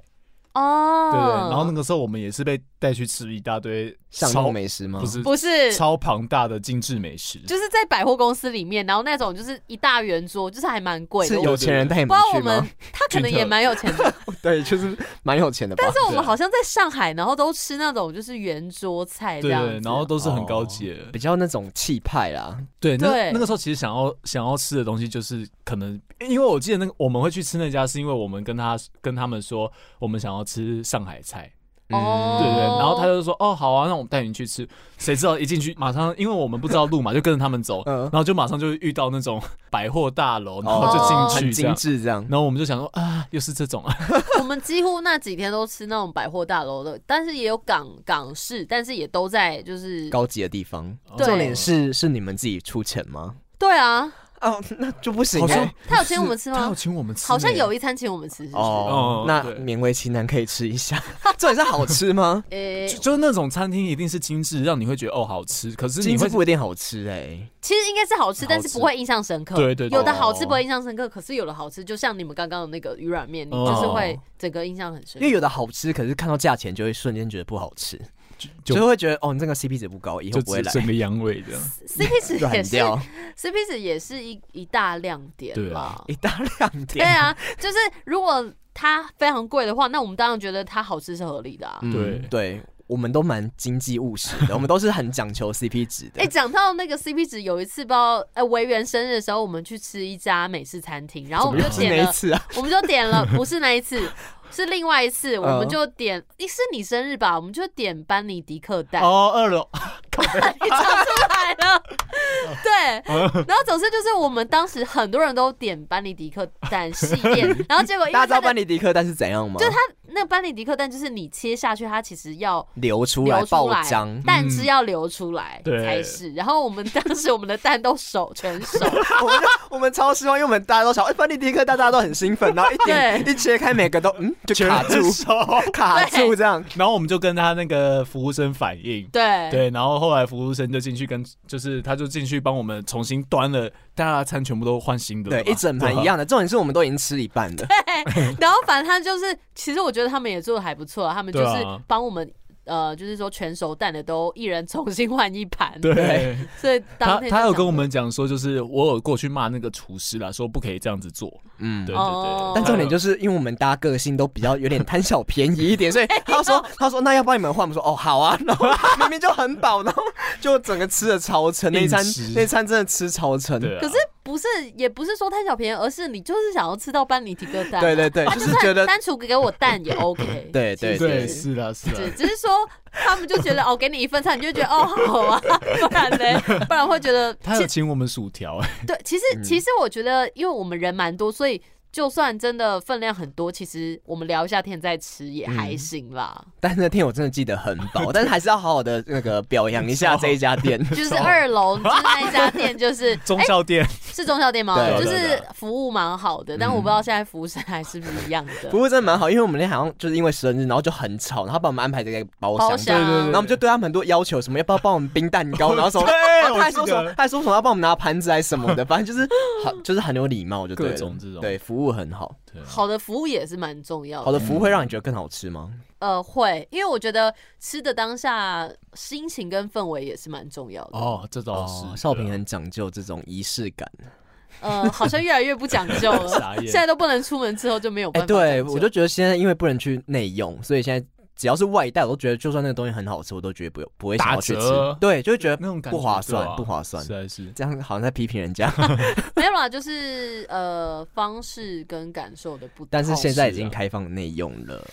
[SPEAKER 4] 哦，
[SPEAKER 2] 对不对？然后那个时候我们也是被带去吃一大堆
[SPEAKER 3] 巷
[SPEAKER 2] 超
[SPEAKER 3] 弄美食吗？
[SPEAKER 2] 不是
[SPEAKER 4] 不是。
[SPEAKER 2] 超庞大的精致美食，
[SPEAKER 4] 就是在百货公司里面，然后那种就是一大圆桌，就是还蛮贵的。
[SPEAKER 3] 是
[SPEAKER 4] 我
[SPEAKER 3] 有钱人带你
[SPEAKER 4] 不
[SPEAKER 3] 们
[SPEAKER 4] 知道我
[SPEAKER 3] 去
[SPEAKER 4] 们
[SPEAKER 3] 吗？
[SPEAKER 4] 他可能也蛮有钱的，
[SPEAKER 3] 对，就是蛮有钱的吧
[SPEAKER 4] 但。哦是我
[SPEAKER 2] 对
[SPEAKER 4] 们好像在上海，然后都吃那种就是圆桌菜这
[SPEAKER 2] 对
[SPEAKER 4] 样
[SPEAKER 2] 对，
[SPEAKER 4] 子
[SPEAKER 2] 然后都是很高级的。
[SPEAKER 3] 比较那种气派啦，
[SPEAKER 2] 对，那
[SPEAKER 4] 对
[SPEAKER 2] 那个时候其实想要想要吃的东西就是可能，因为我记得那个我们会去吃那家，是因为我们跟他跟他们说我们想要吃上海菜，
[SPEAKER 4] 哦
[SPEAKER 2] 嗯对对对，然后他就说哦好啊，那我们带你去吃。谁知道一进去马上，哦因为啊我们不知道路嘛，就跟着他们走，
[SPEAKER 3] 嗯
[SPEAKER 2] 然后就马上就遇到那种百货大楼，然后
[SPEAKER 4] 哦
[SPEAKER 2] 就
[SPEAKER 3] 很
[SPEAKER 2] 进去这
[SPEAKER 3] 精
[SPEAKER 2] 样。
[SPEAKER 3] 致这样。
[SPEAKER 2] 然后我们就想说啊，又是这种啊，
[SPEAKER 4] 我们几乎那几天都吃那种百货大楼的，但是也有港港式，但是也都在就是
[SPEAKER 3] 高级的地方，
[SPEAKER 4] 对
[SPEAKER 3] 重点是是你们自己出钱吗？
[SPEAKER 4] 对啊，
[SPEAKER 3] 哦，那就不行
[SPEAKER 2] 好像
[SPEAKER 3] 欸
[SPEAKER 4] 他有请我们吃
[SPEAKER 2] 他有
[SPEAKER 4] 吗？
[SPEAKER 2] 请我们吃呢，
[SPEAKER 4] 好像有一餐请我们吃，是不是？
[SPEAKER 2] 哦，
[SPEAKER 3] 哦那
[SPEAKER 2] 对
[SPEAKER 3] 勉为其难可以吃一下。 重点是好吃吗？
[SPEAKER 4] 诶、
[SPEAKER 2] 就就是那种餐厅一定是精致，让你会觉得哦好吃，可是
[SPEAKER 3] 今
[SPEAKER 2] 你会
[SPEAKER 3] 天不一定好吃哎。
[SPEAKER 4] 其实应该是好吃，
[SPEAKER 2] 好吃
[SPEAKER 4] 但是不会印象深刻。
[SPEAKER 2] 对对对
[SPEAKER 4] 有的好吃不会印象深刻，可是有的好吃，就像你们刚刚的那个鱼软面，你
[SPEAKER 2] 哦
[SPEAKER 4] 就是会整个印象很深
[SPEAKER 3] 因。为有的好吃，可是看到价钱就会瞬间觉得不好吃，
[SPEAKER 2] 就
[SPEAKER 3] 就会觉得哦，你这个 CP 值不高，以后
[SPEAKER 2] 就
[SPEAKER 3] 不会
[SPEAKER 2] 只
[SPEAKER 3] 来，
[SPEAKER 2] 剩个羊尾这样。
[SPEAKER 4] CP 值也
[SPEAKER 3] 软
[SPEAKER 4] 是
[SPEAKER 3] 掉
[SPEAKER 4] CP 值也是一一大亮点
[SPEAKER 2] 对
[SPEAKER 4] 啦。
[SPEAKER 2] 啊
[SPEAKER 3] 一大亮
[SPEAKER 4] 对
[SPEAKER 3] 点。
[SPEAKER 4] 啊，就是如果它非常贵的话，那我们当然觉得它好吃是合理的啊。
[SPEAKER 3] 嗯
[SPEAKER 2] 对
[SPEAKER 3] 对，我们都蛮经济务实 的，我们都是很讲求 CP 值
[SPEAKER 4] 哎、
[SPEAKER 3] 的。
[SPEAKER 4] 讲到那个 CP 值，有一次不知道，呃，维园生日的时候，我们去吃一家美式餐厅，然后我们
[SPEAKER 3] 又
[SPEAKER 4] 就是
[SPEAKER 3] 那
[SPEAKER 4] 点
[SPEAKER 3] 一
[SPEAKER 4] 了，
[SPEAKER 3] 次啊，
[SPEAKER 4] 我们就点 了，不是那一次，是另外一次，我
[SPEAKER 3] 嗯
[SPEAKER 4] 们就点，诶是你生日吧，我们就点班尼迪克蛋，
[SPEAKER 2] 哦，二楼，
[SPEAKER 4] 哎你讲出来 了，
[SPEAKER 3] 哦
[SPEAKER 4] 对，然后总之就是我们当时很多人都点班尼迪克蛋系 列，然后结果因
[SPEAKER 3] 大
[SPEAKER 4] 为
[SPEAKER 3] 家知道
[SPEAKER 4] 它
[SPEAKER 3] 班
[SPEAKER 4] 的
[SPEAKER 3] 尼迪克蛋是怎样吗？就它
[SPEAKER 4] 那个班尼迪克蛋就是你切下去，它其实要
[SPEAKER 3] 流出来
[SPEAKER 4] 流
[SPEAKER 3] 爆
[SPEAKER 4] 出来
[SPEAKER 3] 浆，
[SPEAKER 4] 蛋汁要流出来
[SPEAKER 2] 嗯对
[SPEAKER 4] 才是。然后我们当时我们的蛋都熟，全熟，
[SPEAKER 3] 我们就我们超希望，因为我们大家都想，哎，班尼迪克蛋大家都很兴奋，然后一点一切开，每个都嗯就 卡住，卡住这样。
[SPEAKER 2] 然后我们就跟他那个服务生反映，
[SPEAKER 4] 对
[SPEAKER 2] 对，然后后来服务生就进去跟，就是他就进去帮我们重新端了，大家的餐全部都换新的了嘛，，
[SPEAKER 3] 对一整盘
[SPEAKER 2] 对吧
[SPEAKER 3] 一。样的，重点是我们都已经吃一半了。
[SPEAKER 4] 然后反正他就是，其实我觉得他们也做的还不错啊，他们就
[SPEAKER 2] 对啊
[SPEAKER 4] 是帮我们。呃，就是说全熟蛋的都一人重新换一盘，
[SPEAKER 2] 对啊
[SPEAKER 3] 对，
[SPEAKER 4] 所以
[SPEAKER 2] 他
[SPEAKER 4] 当天就
[SPEAKER 2] 他有
[SPEAKER 4] 想
[SPEAKER 2] 跟我们讲说，就是我有过去骂那个厨师啦，说不可以这样子做。
[SPEAKER 3] 嗯，
[SPEAKER 2] 对对
[SPEAKER 4] 哦
[SPEAKER 2] 对，
[SPEAKER 3] 但重点就是是因为我们大家个性都比较有点贪小便宜一 点，所以
[SPEAKER 4] 哎
[SPEAKER 3] 他说他说那要帮你们换，我们说哦好啊，然后明明就很饱，然后就整个吃的超撑，那一餐
[SPEAKER 2] 硬吃
[SPEAKER 3] 那一餐真的吃超撑，
[SPEAKER 2] 对啊，
[SPEAKER 4] 可是不是也不是说贪小便宜，而是你就是想要吃到班尼提克蛋，啊
[SPEAKER 3] 对对对，
[SPEAKER 4] 他
[SPEAKER 3] 就
[SPEAKER 4] 就是
[SPEAKER 3] 觉得
[SPEAKER 4] 算单纯给我蛋 也 OK，
[SPEAKER 3] 对对
[SPEAKER 4] 其实
[SPEAKER 2] 对是啦 是啦
[SPEAKER 4] 只，只是说他们就觉得哦，给你一份菜，你就觉得哦好啊，不然嘞，不然会觉得
[SPEAKER 2] 他有请我们薯条，哎，
[SPEAKER 4] 对，其实
[SPEAKER 3] 嗯
[SPEAKER 4] 其实我觉得，因为我们人蛮多，所以就算真的分量很多，其实我们聊一下天再吃
[SPEAKER 3] 嗯
[SPEAKER 4] 也还行 啦。
[SPEAKER 3] 但是那天我真的记得很 饱，但是还是要好好的那个表扬一下这一家店。
[SPEAKER 4] 就是二楼就是那一家店，就是
[SPEAKER 2] 中校店，
[SPEAKER 4] 是中校店吗？
[SPEAKER 3] 对嗯
[SPEAKER 4] 就是服务蛮好的，但我不知道现在服务生还是不是一样的。
[SPEAKER 3] 服务真的蛮好，因为我们那天好像就是因为生日，然后就很吵，然后把我们安排在一个包
[SPEAKER 4] 包
[SPEAKER 3] 厢，
[SPEAKER 4] 厢，
[SPEAKER 2] 对对对
[SPEAKER 3] 然后我们就对他们很多要求，什么要不要帮我们冰蛋糕，然后什么，
[SPEAKER 2] 对
[SPEAKER 3] 然后他
[SPEAKER 2] 哎
[SPEAKER 3] 还
[SPEAKER 2] 我记
[SPEAKER 3] 说
[SPEAKER 2] 得
[SPEAKER 3] 什么，他还说什么要帮我们拿盘子还是什么的，反 正就是很就是很有礼貌，就对了
[SPEAKER 2] 各种这种
[SPEAKER 3] 对服务很好，
[SPEAKER 2] 对
[SPEAKER 4] 好的服务也是蛮重要
[SPEAKER 3] 好
[SPEAKER 4] 的。
[SPEAKER 3] 的服务会让你觉得更好吃吗？
[SPEAKER 4] 呃，会，因为我觉得吃的当下心情跟氛围也是蛮重要的。
[SPEAKER 2] 哦，这倒是
[SPEAKER 3] 少平很讲究这种仪式感。
[SPEAKER 4] 呃，好像越来越不讲究
[SPEAKER 2] 傻
[SPEAKER 4] 了，
[SPEAKER 2] 眼
[SPEAKER 4] 现在都不能出门之后就没有
[SPEAKER 3] 哎、
[SPEAKER 4] 办法讲究。
[SPEAKER 3] 对我就觉得现在因为不能去内用，所以现在只要是外带，我都觉得就算那个东西很好吃，我都觉得不不会想要去
[SPEAKER 2] 打
[SPEAKER 3] 吃
[SPEAKER 2] 折，
[SPEAKER 3] 对，就会觉得
[SPEAKER 2] 那种感觉
[SPEAKER 3] 不划算，
[SPEAKER 2] 对啊
[SPEAKER 3] 不划算
[SPEAKER 2] 实。在 是，
[SPEAKER 3] 这样好像在批评人家，
[SPEAKER 4] 没有啦，就是呃方式跟感受的不同。
[SPEAKER 3] 但是 现在已经开放内用了。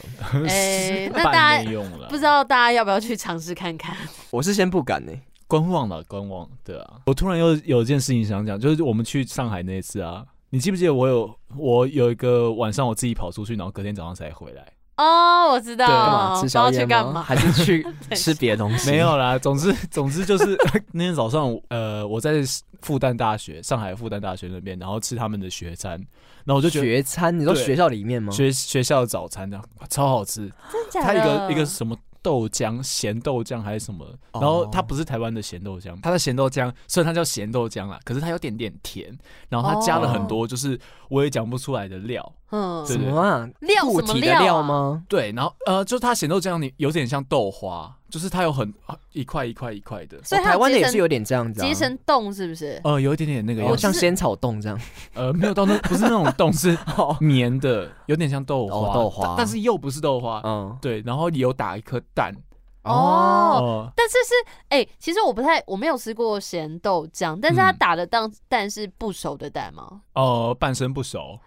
[SPEAKER 4] 哎 那大
[SPEAKER 2] 半
[SPEAKER 4] 家
[SPEAKER 2] 年用了，
[SPEAKER 4] 不知道大家要不要去尝试看看？
[SPEAKER 3] 我是先不敢呢、
[SPEAKER 2] 观望了，观望。对啊，我突然又有一件事情想讲，就是我们去上海那一次啊，你记不记得我有我有一个晚上我自己跑出去，然后隔天早上才回来。
[SPEAKER 4] 哦，我知道，
[SPEAKER 2] 对
[SPEAKER 3] 干嘛
[SPEAKER 4] 不
[SPEAKER 3] 吃
[SPEAKER 4] 知道
[SPEAKER 3] 宵
[SPEAKER 4] 去
[SPEAKER 3] 夜
[SPEAKER 4] 干
[SPEAKER 3] 吗？
[SPEAKER 4] 嘛？
[SPEAKER 3] 还是 去吃别的东西？
[SPEAKER 2] 没有啦，总之总之就是 那天早上，呃，我在复旦大学，上海复旦大学那边，然后吃他们的学餐，然后我就觉得。
[SPEAKER 3] 学餐，你说
[SPEAKER 2] 对
[SPEAKER 3] 学校里面吗？
[SPEAKER 2] 学学校的早餐这样哇超好吃，
[SPEAKER 4] 真假
[SPEAKER 2] 它
[SPEAKER 4] 的？
[SPEAKER 2] 一个一个什么豆浆咸豆浆还是什么，
[SPEAKER 3] 哦
[SPEAKER 2] 然后它不是台湾的咸豆浆，它的咸豆浆虽然它叫咸豆浆啦，可是它有点点甜，然后它加了很多就是我也讲不出来的料，
[SPEAKER 4] 嗯
[SPEAKER 2] 对
[SPEAKER 3] 什么啊？
[SPEAKER 4] 料
[SPEAKER 3] 固
[SPEAKER 4] 什么
[SPEAKER 3] 体的
[SPEAKER 4] 料啊
[SPEAKER 3] 料吗？
[SPEAKER 2] 对，然后呃，就是它咸豆浆你有点像豆花，就是它有很哦一块一块一块的，
[SPEAKER 4] 所以
[SPEAKER 3] 哦
[SPEAKER 4] 它
[SPEAKER 3] 台湾的
[SPEAKER 4] 结
[SPEAKER 3] 也
[SPEAKER 4] 成
[SPEAKER 3] 是有点这样子、啊，
[SPEAKER 4] 结成冻是不是？
[SPEAKER 2] 呃，有一点点那个
[SPEAKER 3] 哦
[SPEAKER 2] 样
[SPEAKER 3] 像
[SPEAKER 2] 子，
[SPEAKER 3] 仙草冻这样。
[SPEAKER 2] 呃，没有到那不是那种冻，是棉的，有点像豆
[SPEAKER 3] 哦
[SPEAKER 2] 花，
[SPEAKER 3] 豆花
[SPEAKER 2] 但但是又不是豆花，
[SPEAKER 3] 嗯，
[SPEAKER 2] 对，然后有打一颗蛋，
[SPEAKER 4] 哦
[SPEAKER 2] 哦，
[SPEAKER 4] 但是是哎、其实我不太我没有吃过咸豆浆，但是它
[SPEAKER 2] 嗯
[SPEAKER 4] 打的蛋蛋是不熟的蛋吗？
[SPEAKER 2] 呃，半生不熟，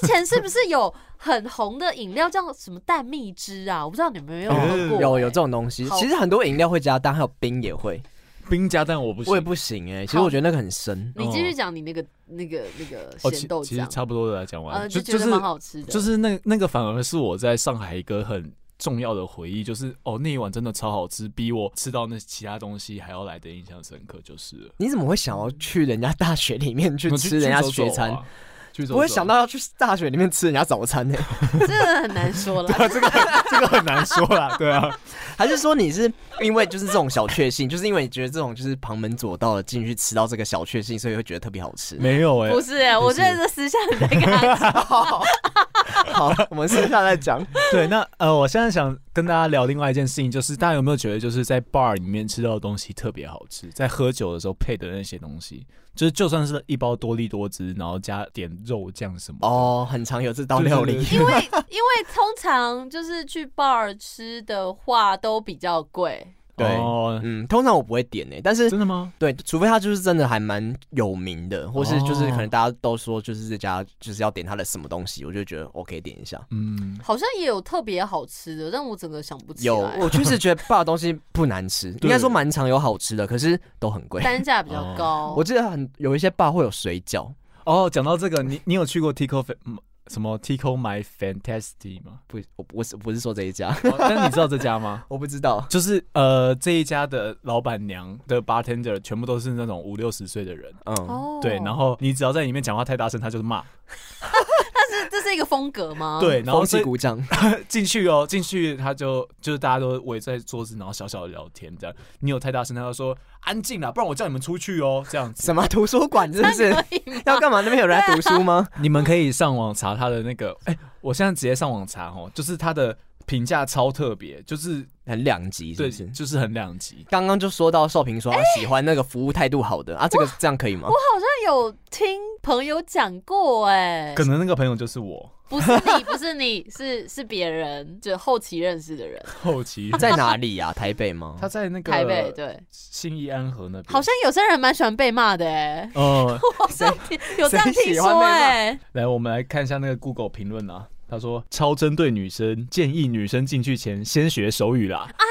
[SPEAKER 4] 之前是不是有很红的饮料叫什么蛋蜜汁啊？我不知道你们有没有喝过、
[SPEAKER 3] 哦有有
[SPEAKER 4] 哎
[SPEAKER 3] 这种东西，
[SPEAKER 4] 好
[SPEAKER 3] 其实很多饮料会加蛋，还有冰也会。
[SPEAKER 2] 冰加蛋我不行
[SPEAKER 3] 我也不行哎、其实我觉得那个很深。
[SPEAKER 4] 你继续讲你那个、那个那个
[SPEAKER 2] 哦，
[SPEAKER 4] 咸
[SPEAKER 2] 其
[SPEAKER 4] 豆
[SPEAKER 2] 其实
[SPEAKER 4] 浆，
[SPEAKER 2] 差不多的讲完，
[SPEAKER 4] 呃，
[SPEAKER 2] 就
[SPEAKER 4] 就觉
[SPEAKER 2] 就
[SPEAKER 4] 得
[SPEAKER 2] 是
[SPEAKER 4] 蛮好吃的。
[SPEAKER 2] 就是那那个反而是我在上海一个很重要的回忆，就是哦那一碗真的超好吃，比我吃到那其他东西还要来的印象深刻，就是了
[SPEAKER 3] 你怎么会想要去人家大学里面去吃人家学餐？，
[SPEAKER 2] 去走走啊去走走
[SPEAKER 3] 不会想到要去大学里面吃人家早餐呢、
[SPEAKER 4] 这
[SPEAKER 3] 欸
[SPEAKER 4] 个很难说 了。
[SPEAKER 2] 这个这个很难说 啦，对啊，
[SPEAKER 3] 还是说你是因为就是这种小确幸，就是因为你觉得这种就是旁门左道的进去吃到这个小确幸，所以会觉得特别好吃？
[SPEAKER 2] 没有哎、
[SPEAKER 4] 不是、哎，我觉得这私下你在跟他讲
[SPEAKER 3] 好，我们私下再讲。
[SPEAKER 2] 对，那呃，我现在想跟大家聊另外一件事情，就是大家有没有觉得，就是在 bar 里面吃到的东西特别好吃，在喝酒的时候配的那些东西，就是就算是一包多利多汁，然后加点肉酱什么的，
[SPEAKER 3] 哦，很常有这道料理
[SPEAKER 2] 对，
[SPEAKER 4] 因为因为通常就是去 bar 吃的话都比较贵，
[SPEAKER 3] 对
[SPEAKER 2] 哦
[SPEAKER 3] 嗯，通常我不会点呢、但是
[SPEAKER 2] 真的哦吗？
[SPEAKER 3] 对，除非他就是真的还蛮有名的，或是就是可能大家都说就是这家就是要点他的什么东西，我就觉得 OK 点一下。
[SPEAKER 2] 嗯，
[SPEAKER 4] 好像也有特别好吃的，但我整个想不起
[SPEAKER 3] 有，
[SPEAKER 4] 来。
[SPEAKER 3] 我确实觉得爸的东西不难 吃，应该说蛮常有好吃的，可是都很 贵。
[SPEAKER 4] 单价比较高。
[SPEAKER 3] 我记得很有一些爸会有水饺，
[SPEAKER 2] 哦，讲到这个，你你有去过 Tico Fa- 嗯什么 Tico My Fantasy 吗？
[SPEAKER 3] 不，我我是不是说这一家，
[SPEAKER 2] 哦但你知道这家
[SPEAKER 3] ？
[SPEAKER 2] 吗
[SPEAKER 3] 我不知道。
[SPEAKER 2] 就是呃，这一家的老板娘的 bartender 全部都是那种五六十岁的人，
[SPEAKER 3] 嗯，
[SPEAKER 4] 哦，
[SPEAKER 2] 对，然后你只要在里面讲话太大声，他就是骂，
[SPEAKER 4] 这这是一个风格吗？，
[SPEAKER 2] 对，然后
[SPEAKER 3] 风
[SPEAKER 2] 所
[SPEAKER 3] 气
[SPEAKER 2] 以
[SPEAKER 3] 鼓掌，
[SPEAKER 2] 进去哦，进去他就就是大家都围在桌子，然后小小的聊天这样。你有太大声，他就说安静啦，不然我叫你们出去哦，这样子。
[SPEAKER 3] 什么图书馆是 不
[SPEAKER 4] 哎
[SPEAKER 3] 是？要干嘛？那边有人在读书吗？
[SPEAKER 2] 你们可以上网查他的那个，哎、我现在直接上网查哦，就是他的评价超特别，就是
[SPEAKER 3] 很两极是
[SPEAKER 2] 对，
[SPEAKER 3] 不是？
[SPEAKER 2] 就是很两极。
[SPEAKER 3] 刚刚就说到少平
[SPEAKER 4] 哎
[SPEAKER 3] 说他啊喜欢那个服务态度好的啊，这个这样可以吗？
[SPEAKER 4] 好像有听朋友讲过、哎，
[SPEAKER 2] 可能那个朋友就是我
[SPEAKER 4] 不是你，不是你，是是别人，就后期认识的 人，
[SPEAKER 2] 后期
[SPEAKER 3] 在哪里呀？台北吗
[SPEAKER 2] 他？在那个
[SPEAKER 4] 台北对，
[SPEAKER 2] 信哦义安和那边，
[SPEAKER 4] 好像有些人蛮喜欢被骂的、 哎，
[SPEAKER 2] 呃，
[SPEAKER 4] 好像听有这样
[SPEAKER 3] 谁
[SPEAKER 4] 听
[SPEAKER 3] 喜欢被
[SPEAKER 4] 说、
[SPEAKER 3] 骂
[SPEAKER 4] 哎，
[SPEAKER 2] 来我们来看一下那个 Google 评论啊。他说：“超针对女生，建议女生进去前先学手语啦。
[SPEAKER 4] 啊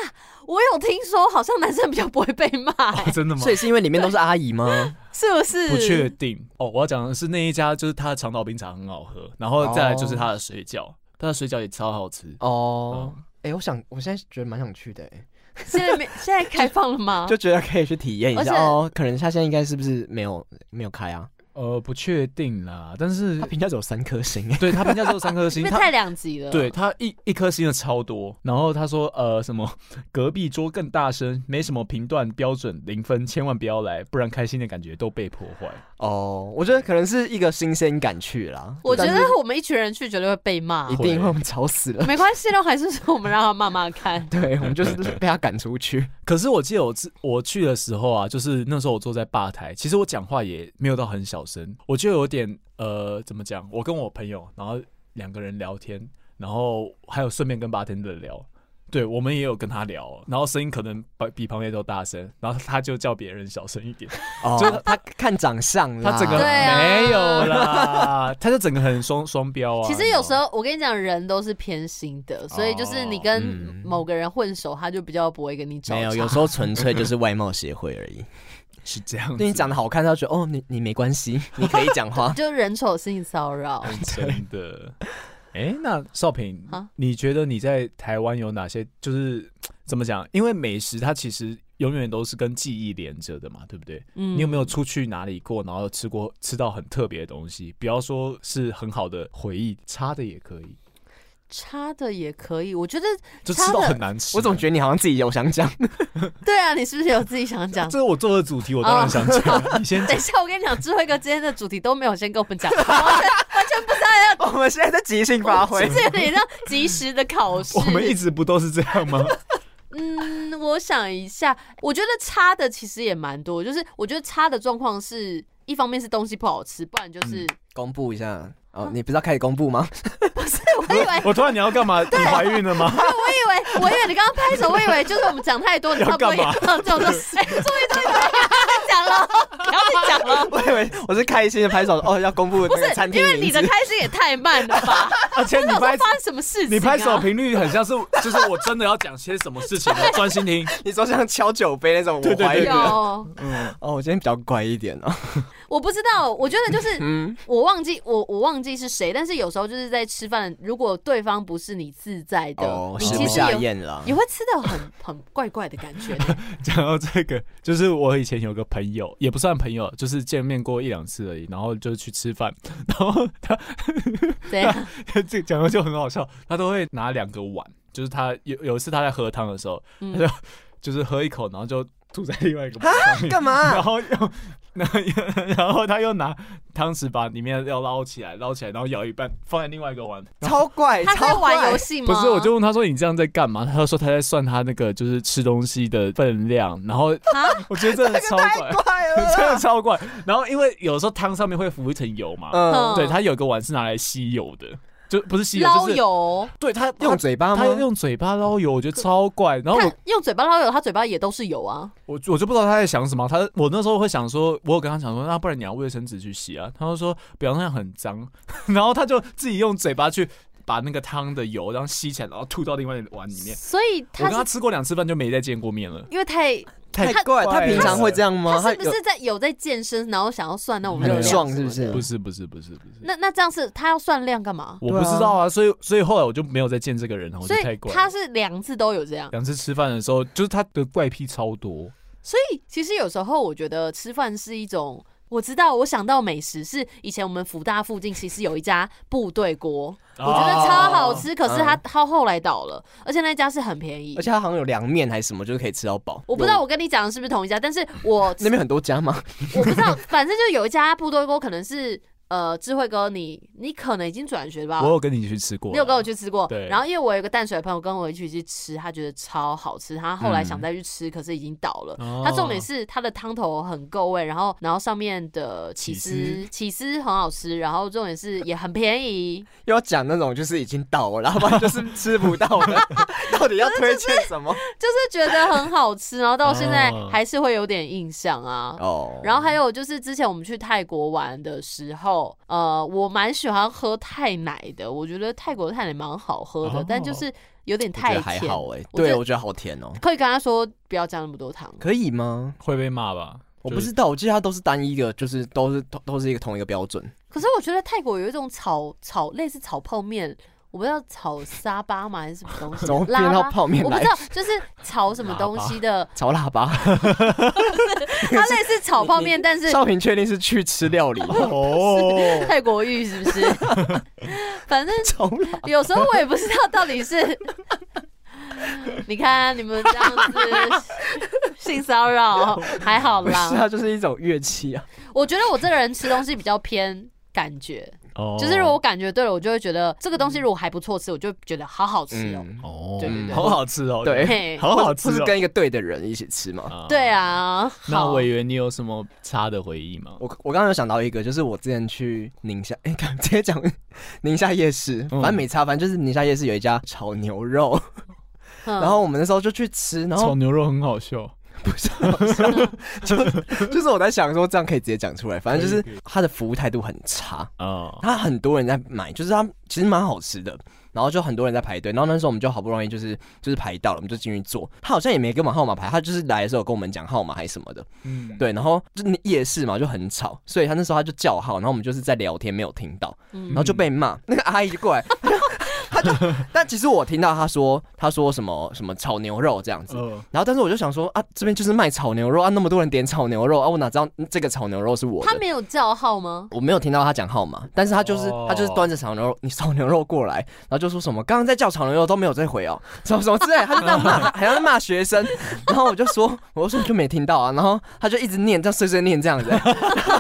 [SPEAKER 4] 我有听说，好像男生比较不会被骂、哎
[SPEAKER 2] 哦真的吗？
[SPEAKER 3] 所以是因为里面都是阿姨吗？
[SPEAKER 4] 是不是？
[SPEAKER 2] 不确定哦。我要讲的是那一家，就是它的长岛冰茶很好喝，然后再来就是它的水饺，它的水饺也超好吃。
[SPEAKER 3] 哦，哎、我想我现在觉得蛮想去的、欸，
[SPEAKER 4] 现在没 现在开放了吗？
[SPEAKER 3] 就觉得可以去体验一
[SPEAKER 4] 而且
[SPEAKER 3] 下。哦，可能他现在应该是不是没有没有开啊？
[SPEAKER 2] 呃，不确定啦，但是
[SPEAKER 3] 他评价只有三颗星、
[SPEAKER 2] 对他评价只有三 颗星，
[SPEAKER 4] 因为
[SPEAKER 2] 他
[SPEAKER 4] 太两极了。
[SPEAKER 2] 对，他一一颗星的超多，然后他说呃什么 隔壁桌更大声，没什么评断标准，零分，千万不要来，不然开心的感觉都被破坏。
[SPEAKER 3] 哦，我觉得可能是一个新鲜感去啦。
[SPEAKER 4] 我觉
[SPEAKER 3] 但
[SPEAKER 4] 得啊
[SPEAKER 3] 是
[SPEAKER 4] 我们一群人去绝对会被骂
[SPEAKER 3] 一，定会我们吵死了。。
[SPEAKER 4] 没关系的，还是说我们让他骂骂看
[SPEAKER 3] 对，我们就是被他赶出 去。
[SPEAKER 2] 可是我记得我自我去的时候啊，就是那时候我坐在吧台，其实我讲话也没有到很小声，我就有点呃怎么讲，我跟我朋友，然后两个人聊天，然后还有顺便跟 bartender 聊。对，我们也有跟他聊，然后声音可能比比旁边都大声，然后他就叫别人小声一点，
[SPEAKER 3] 哦
[SPEAKER 2] 就，
[SPEAKER 3] 他看长相啦，
[SPEAKER 2] 他整个
[SPEAKER 4] 对啊
[SPEAKER 2] 没有啦， 他就整个很双双标啊。
[SPEAKER 4] 其实有时
[SPEAKER 2] 候
[SPEAKER 3] 哦
[SPEAKER 4] 候我跟你讲，人都是偏心的，所以就是你跟
[SPEAKER 3] 嗯
[SPEAKER 4] 某个人混熟，他就比较不会跟你找
[SPEAKER 3] 没有，
[SPEAKER 4] 茬。
[SPEAKER 3] 有时候纯粹就是外貌协会而已。
[SPEAKER 2] 是这样子，
[SPEAKER 3] 对你长得好看，他觉得哦，你你没关系，你可以讲话
[SPEAKER 4] 就人丑性骚扰。
[SPEAKER 2] 哦真的。哎，那少平
[SPEAKER 4] 啊，
[SPEAKER 2] 你觉得你在台湾有哪些？就是怎么讲？因为美食它其实永远都是跟记忆连着的嘛，对不对？
[SPEAKER 4] 嗯
[SPEAKER 2] 你有没有出去哪里过，然后吃过吃到很特别的东西？不要说是很好的回忆，差的也可以，
[SPEAKER 4] 差的也可以？我觉得
[SPEAKER 2] 就
[SPEAKER 4] 差
[SPEAKER 2] 吃到
[SPEAKER 4] 的
[SPEAKER 2] 很难吃。
[SPEAKER 3] 我总觉得你好像自己有想 讲，
[SPEAKER 4] 对啊，你是不是有自己想讲？
[SPEAKER 2] 这是我做的主题，我当然 想讲。你 先
[SPEAKER 4] 等一下，我跟你讲，智慧哥今天的主题都没有先跟我们讲，完全完全不知道
[SPEAKER 3] 我们现在在即兴发挥
[SPEAKER 4] 要，这有点像及时的考试。
[SPEAKER 2] 我们一直不都是这样吗？
[SPEAKER 4] 嗯，我想一下，我觉得差的其实也蛮多，就是我觉得差的状况是一方面是东西不好吃，不然就是、
[SPEAKER 3] 公布一下。哦，你不是要开始公布 吗？
[SPEAKER 4] 不是我以为
[SPEAKER 2] 我突然你要干 嘛？你怀孕了吗？
[SPEAKER 4] 我以为我以为你刚刚拍手，我以为就是我们讲太多，你差
[SPEAKER 2] 要
[SPEAKER 4] 不多
[SPEAKER 2] 干嘛
[SPEAKER 4] 也到这种就是哎，终于终于终于不要再讲了，不要再讲了。
[SPEAKER 3] 我以为我是开心的拍手， 哦，要公布那
[SPEAKER 4] 不
[SPEAKER 3] 个餐
[SPEAKER 4] 是，
[SPEAKER 3] 厅
[SPEAKER 4] 因为
[SPEAKER 3] 名
[SPEAKER 4] 你的
[SPEAKER 3] 字。哦
[SPEAKER 4] 开心也太慢了吧？
[SPEAKER 2] 而且你
[SPEAKER 4] 那我
[SPEAKER 2] 拍
[SPEAKER 4] 说发生什么事情、啊？
[SPEAKER 2] 你拍手频率很像是，就是我真的要讲些什么事情，我专心听。
[SPEAKER 3] 你说像敲酒杯那种，
[SPEAKER 2] 对
[SPEAKER 3] 我
[SPEAKER 2] 对
[SPEAKER 3] 怀疑
[SPEAKER 2] 对。
[SPEAKER 4] 有，
[SPEAKER 2] 嗯，
[SPEAKER 3] 哦，我今天比较乖一点哦。
[SPEAKER 4] 我不知道，我觉得就是
[SPEAKER 3] 嗯，
[SPEAKER 4] 我忘记我我忘记是谁，但是有时候就是在吃饭，如果对方不是你自在的，
[SPEAKER 3] 哦，
[SPEAKER 4] 你
[SPEAKER 3] 食
[SPEAKER 4] 其
[SPEAKER 3] 不
[SPEAKER 4] 实
[SPEAKER 3] 下
[SPEAKER 4] 有
[SPEAKER 3] 咽了
[SPEAKER 4] 也。会吃到很 很怪怪的感觉呢。
[SPEAKER 2] 讲到这个，就是我以前有个朋友，也不算朋友，就是见面过一两次而已，然后就去吃饭， 然后他
[SPEAKER 4] 对啊，
[SPEAKER 2] 这讲的就很好笑，他都会拿两个碗，就是他有有一次他在喝汤的时候，他
[SPEAKER 4] 嗯
[SPEAKER 2] 就就是喝一口，然后就吐在另外一个 碗上面。
[SPEAKER 3] 干嘛
[SPEAKER 2] 然？后又， 然后又然后他又拿汤匙把里面的料捞起来，捞起来，然后舀一半放在另外一个碗，
[SPEAKER 3] 超怪，
[SPEAKER 4] 他在
[SPEAKER 3] 超
[SPEAKER 4] 玩
[SPEAKER 3] 怪
[SPEAKER 4] 游。戏吗？
[SPEAKER 2] 哎不是，我就问他说你这样在干嘛？他 就说他在算他那个就是吃东西的分量，然后
[SPEAKER 4] 啊，
[SPEAKER 2] 我觉得真的超 怪，
[SPEAKER 3] 怪
[SPEAKER 2] 真的超怪。然后因为有时候汤上面会浮一层油嘛，
[SPEAKER 3] 嗯，
[SPEAKER 2] 对，他有个碗是拿来吸油的，就不是吸油，
[SPEAKER 4] 捞
[SPEAKER 2] 就是
[SPEAKER 4] 油，
[SPEAKER 2] 对他
[SPEAKER 3] 用
[SPEAKER 2] 用
[SPEAKER 3] 嘴巴吗
[SPEAKER 2] 他？用嘴巴捞油，我觉得超怪。然后
[SPEAKER 4] 他
[SPEAKER 2] 我
[SPEAKER 4] 用嘴巴捞油，他嘴巴也都是油啊。
[SPEAKER 2] 我我就不知道他在想什么，他我那时候会想说，我有跟他讲说，那不然你要卫生纸去洗啊？他就说不要那样很脏， 然后他就自己用嘴巴去。把那个汤的油，然后吸起来，然后吐到另外一个碗里面。
[SPEAKER 4] 所以
[SPEAKER 2] 我
[SPEAKER 4] 他
[SPEAKER 2] 跟
[SPEAKER 4] 是
[SPEAKER 2] 他吃过两次饭，就没再见过面了。
[SPEAKER 4] 因为太
[SPEAKER 3] 太
[SPEAKER 4] 他
[SPEAKER 3] 怪，他
[SPEAKER 2] 他
[SPEAKER 3] 平常会这样吗？
[SPEAKER 4] 他是不
[SPEAKER 3] 有
[SPEAKER 4] 是在有在健身，然后想要算那种热
[SPEAKER 3] 很
[SPEAKER 4] 量什么
[SPEAKER 3] 壮
[SPEAKER 4] 的？
[SPEAKER 3] 是不是？
[SPEAKER 2] 不是不是不是不是，
[SPEAKER 4] 那那这样是他要算量干嘛？
[SPEAKER 2] 我
[SPEAKER 3] 对
[SPEAKER 2] 不
[SPEAKER 3] 啊
[SPEAKER 2] 知道啊，所以所以后来我就没有再见这个人了，我觉
[SPEAKER 4] 所
[SPEAKER 2] 得太
[SPEAKER 4] 以
[SPEAKER 2] 怪了。
[SPEAKER 4] 他是两次都有这样，
[SPEAKER 2] 两次吃饭的时候，就是他的怪癖超多，
[SPEAKER 4] 所以其实有时候我觉得吃饭是一种。我知道，我想到美食是以前我们福大附近其实有一家部队锅，
[SPEAKER 3] 哦
[SPEAKER 4] 我觉得超好吃，可是它它后来倒了，而且那家是很便宜
[SPEAKER 3] 而，且他好像有凉面还是什么，就是可以吃到饱。
[SPEAKER 4] 我不知道我跟你讲的是不是同一家，但是我
[SPEAKER 3] 那边很多家吗？
[SPEAKER 4] 我不知道，反正就有一家部队锅，可能是呃智慧哥你你可能已经转学吧
[SPEAKER 2] 我，有跟你去吃
[SPEAKER 4] 啊
[SPEAKER 2] 过，啊
[SPEAKER 4] 你有跟我去吃过
[SPEAKER 2] 对，
[SPEAKER 4] 然后因为我有一个淡水的朋友跟我一起去吃，他觉得超好吃，他后来想再去吃，可是已经倒了。
[SPEAKER 2] 哦
[SPEAKER 4] 他重点是他的汤头很够味，然后然后上面的起
[SPEAKER 2] 起
[SPEAKER 4] 司起司很好吃，然后重点是也很便宜，
[SPEAKER 3] 又要讲那种就是已经到了，然后不然就是吃不 到了，到底要推荐什么？
[SPEAKER 4] 就是觉得很好吃，然后到现在
[SPEAKER 2] 哦
[SPEAKER 4] 还是会有点印象啊。
[SPEAKER 3] 哦
[SPEAKER 4] 然后还有就是之前我们去泰国玩的时候，呃，我蛮喜欢喝泰奶的，我觉得泰国的泰奶蛮好喝的，
[SPEAKER 2] 哦
[SPEAKER 4] 但就是有点
[SPEAKER 3] 我觉
[SPEAKER 4] 太
[SPEAKER 3] 得还
[SPEAKER 4] 甜。
[SPEAKER 3] 好哎，
[SPEAKER 4] 我觉
[SPEAKER 3] 对
[SPEAKER 4] 得
[SPEAKER 3] 我觉得好甜哦，
[SPEAKER 4] 可以跟他说不要加那么多糖。
[SPEAKER 3] 可以吗？
[SPEAKER 2] 会被骂吧？
[SPEAKER 3] 我不知道，我记得它都是单一个，就是都是都都是一个同一个标 准。
[SPEAKER 4] 可是我觉得泰国有一种炒炒类似炒泡面，我不知道炒沙巴吗还是什么东西，
[SPEAKER 3] 怎么变
[SPEAKER 4] 拉
[SPEAKER 3] 到
[SPEAKER 4] 巴
[SPEAKER 3] 泡面
[SPEAKER 4] 我不
[SPEAKER 3] 来
[SPEAKER 4] 知？道，就是炒什么东西 的，
[SPEAKER 3] 炒喇叭，
[SPEAKER 4] 它类似炒泡面，但是
[SPEAKER 3] 少平确定是去吃 料理，
[SPEAKER 2] 哦，
[SPEAKER 4] 泰国浴是不 是？反正
[SPEAKER 3] 炒喇叭
[SPEAKER 4] 有时候我也不知道到底是， 你看你们这样子性骚扰还好
[SPEAKER 3] 不是啊
[SPEAKER 4] 啦。
[SPEAKER 3] 它就是一种乐器啊。
[SPEAKER 4] 我觉得我这个人吃东西比较偏感觉，
[SPEAKER 2] 哦
[SPEAKER 4] 就是如果我感觉对了，我就会觉得这个东西如果还不错吃，我就觉得好好吃哦。
[SPEAKER 3] 嗯，哎
[SPEAKER 2] 哦
[SPEAKER 4] 对对对
[SPEAKER 2] 好好吃哦，
[SPEAKER 3] 对
[SPEAKER 4] 嘿，
[SPEAKER 2] 好好
[SPEAKER 3] 或
[SPEAKER 2] 吃
[SPEAKER 3] 是
[SPEAKER 2] 哦
[SPEAKER 3] 或是跟一个对的人一起吃嘛。
[SPEAKER 2] 啊
[SPEAKER 4] 对。啊，
[SPEAKER 2] 那
[SPEAKER 4] 好，
[SPEAKER 2] 委员，你有什么差的回忆吗？
[SPEAKER 3] 我我刚刚有想到一个，就是我之前去宁夏，哎、干 直接讲宁夏夜市，
[SPEAKER 2] 嗯
[SPEAKER 3] 反正没差，反正就是宁夏夜市有一家炒牛肉，
[SPEAKER 4] 嗯
[SPEAKER 3] 然后我们那时候就去吃，然
[SPEAKER 2] 炒
[SPEAKER 3] 后
[SPEAKER 2] 牛肉很好笑，
[SPEAKER 3] 就是我在想说这样可以直接讲出来，反正就是
[SPEAKER 2] 可以可以
[SPEAKER 3] 他的服务态度很差，
[SPEAKER 4] 嗯
[SPEAKER 2] 啊，
[SPEAKER 3] 他很多人在买，就是他其实蛮好吃的，然后就很多人在排队，然后那时候我们就好不容易就是就是排到了，我们就进去坐，他好像也没跟我们号码牌，他就是来的时候有跟我们讲号码还是什么的，
[SPEAKER 2] 嗯，
[SPEAKER 3] 对，然后就那夜市嘛就很吵，所以他那时候他就叫号，然后我们就是在聊天没有听到。
[SPEAKER 4] 嗯
[SPEAKER 3] 然后就被骂，那个阿姨就过来，她就， 她就但其实我听到她说，她说什么什么炒牛肉这样子，
[SPEAKER 2] 呃，
[SPEAKER 3] 然后但是我就想说啊，这边就是卖炒牛肉啊，那么多人点炒牛肉啊，我哪知道这个炒牛肉是我
[SPEAKER 4] 他
[SPEAKER 3] 的？
[SPEAKER 4] 没有叫号吗？
[SPEAKER 3] 我没有听到她讲号码，但是她就是
[SPEAKER 2] 哦
[SPEAKER 3] 她就是端着炒牛肉，你炒牛肉过来，然后就说什么刚刚在叫炒牛肉都没有在回哦， 什么什么之类，她就这样 骂，还要在骂学生，然后我就说，我就说你就没听到啊，然后她就一直念，这样碎碎念这样子、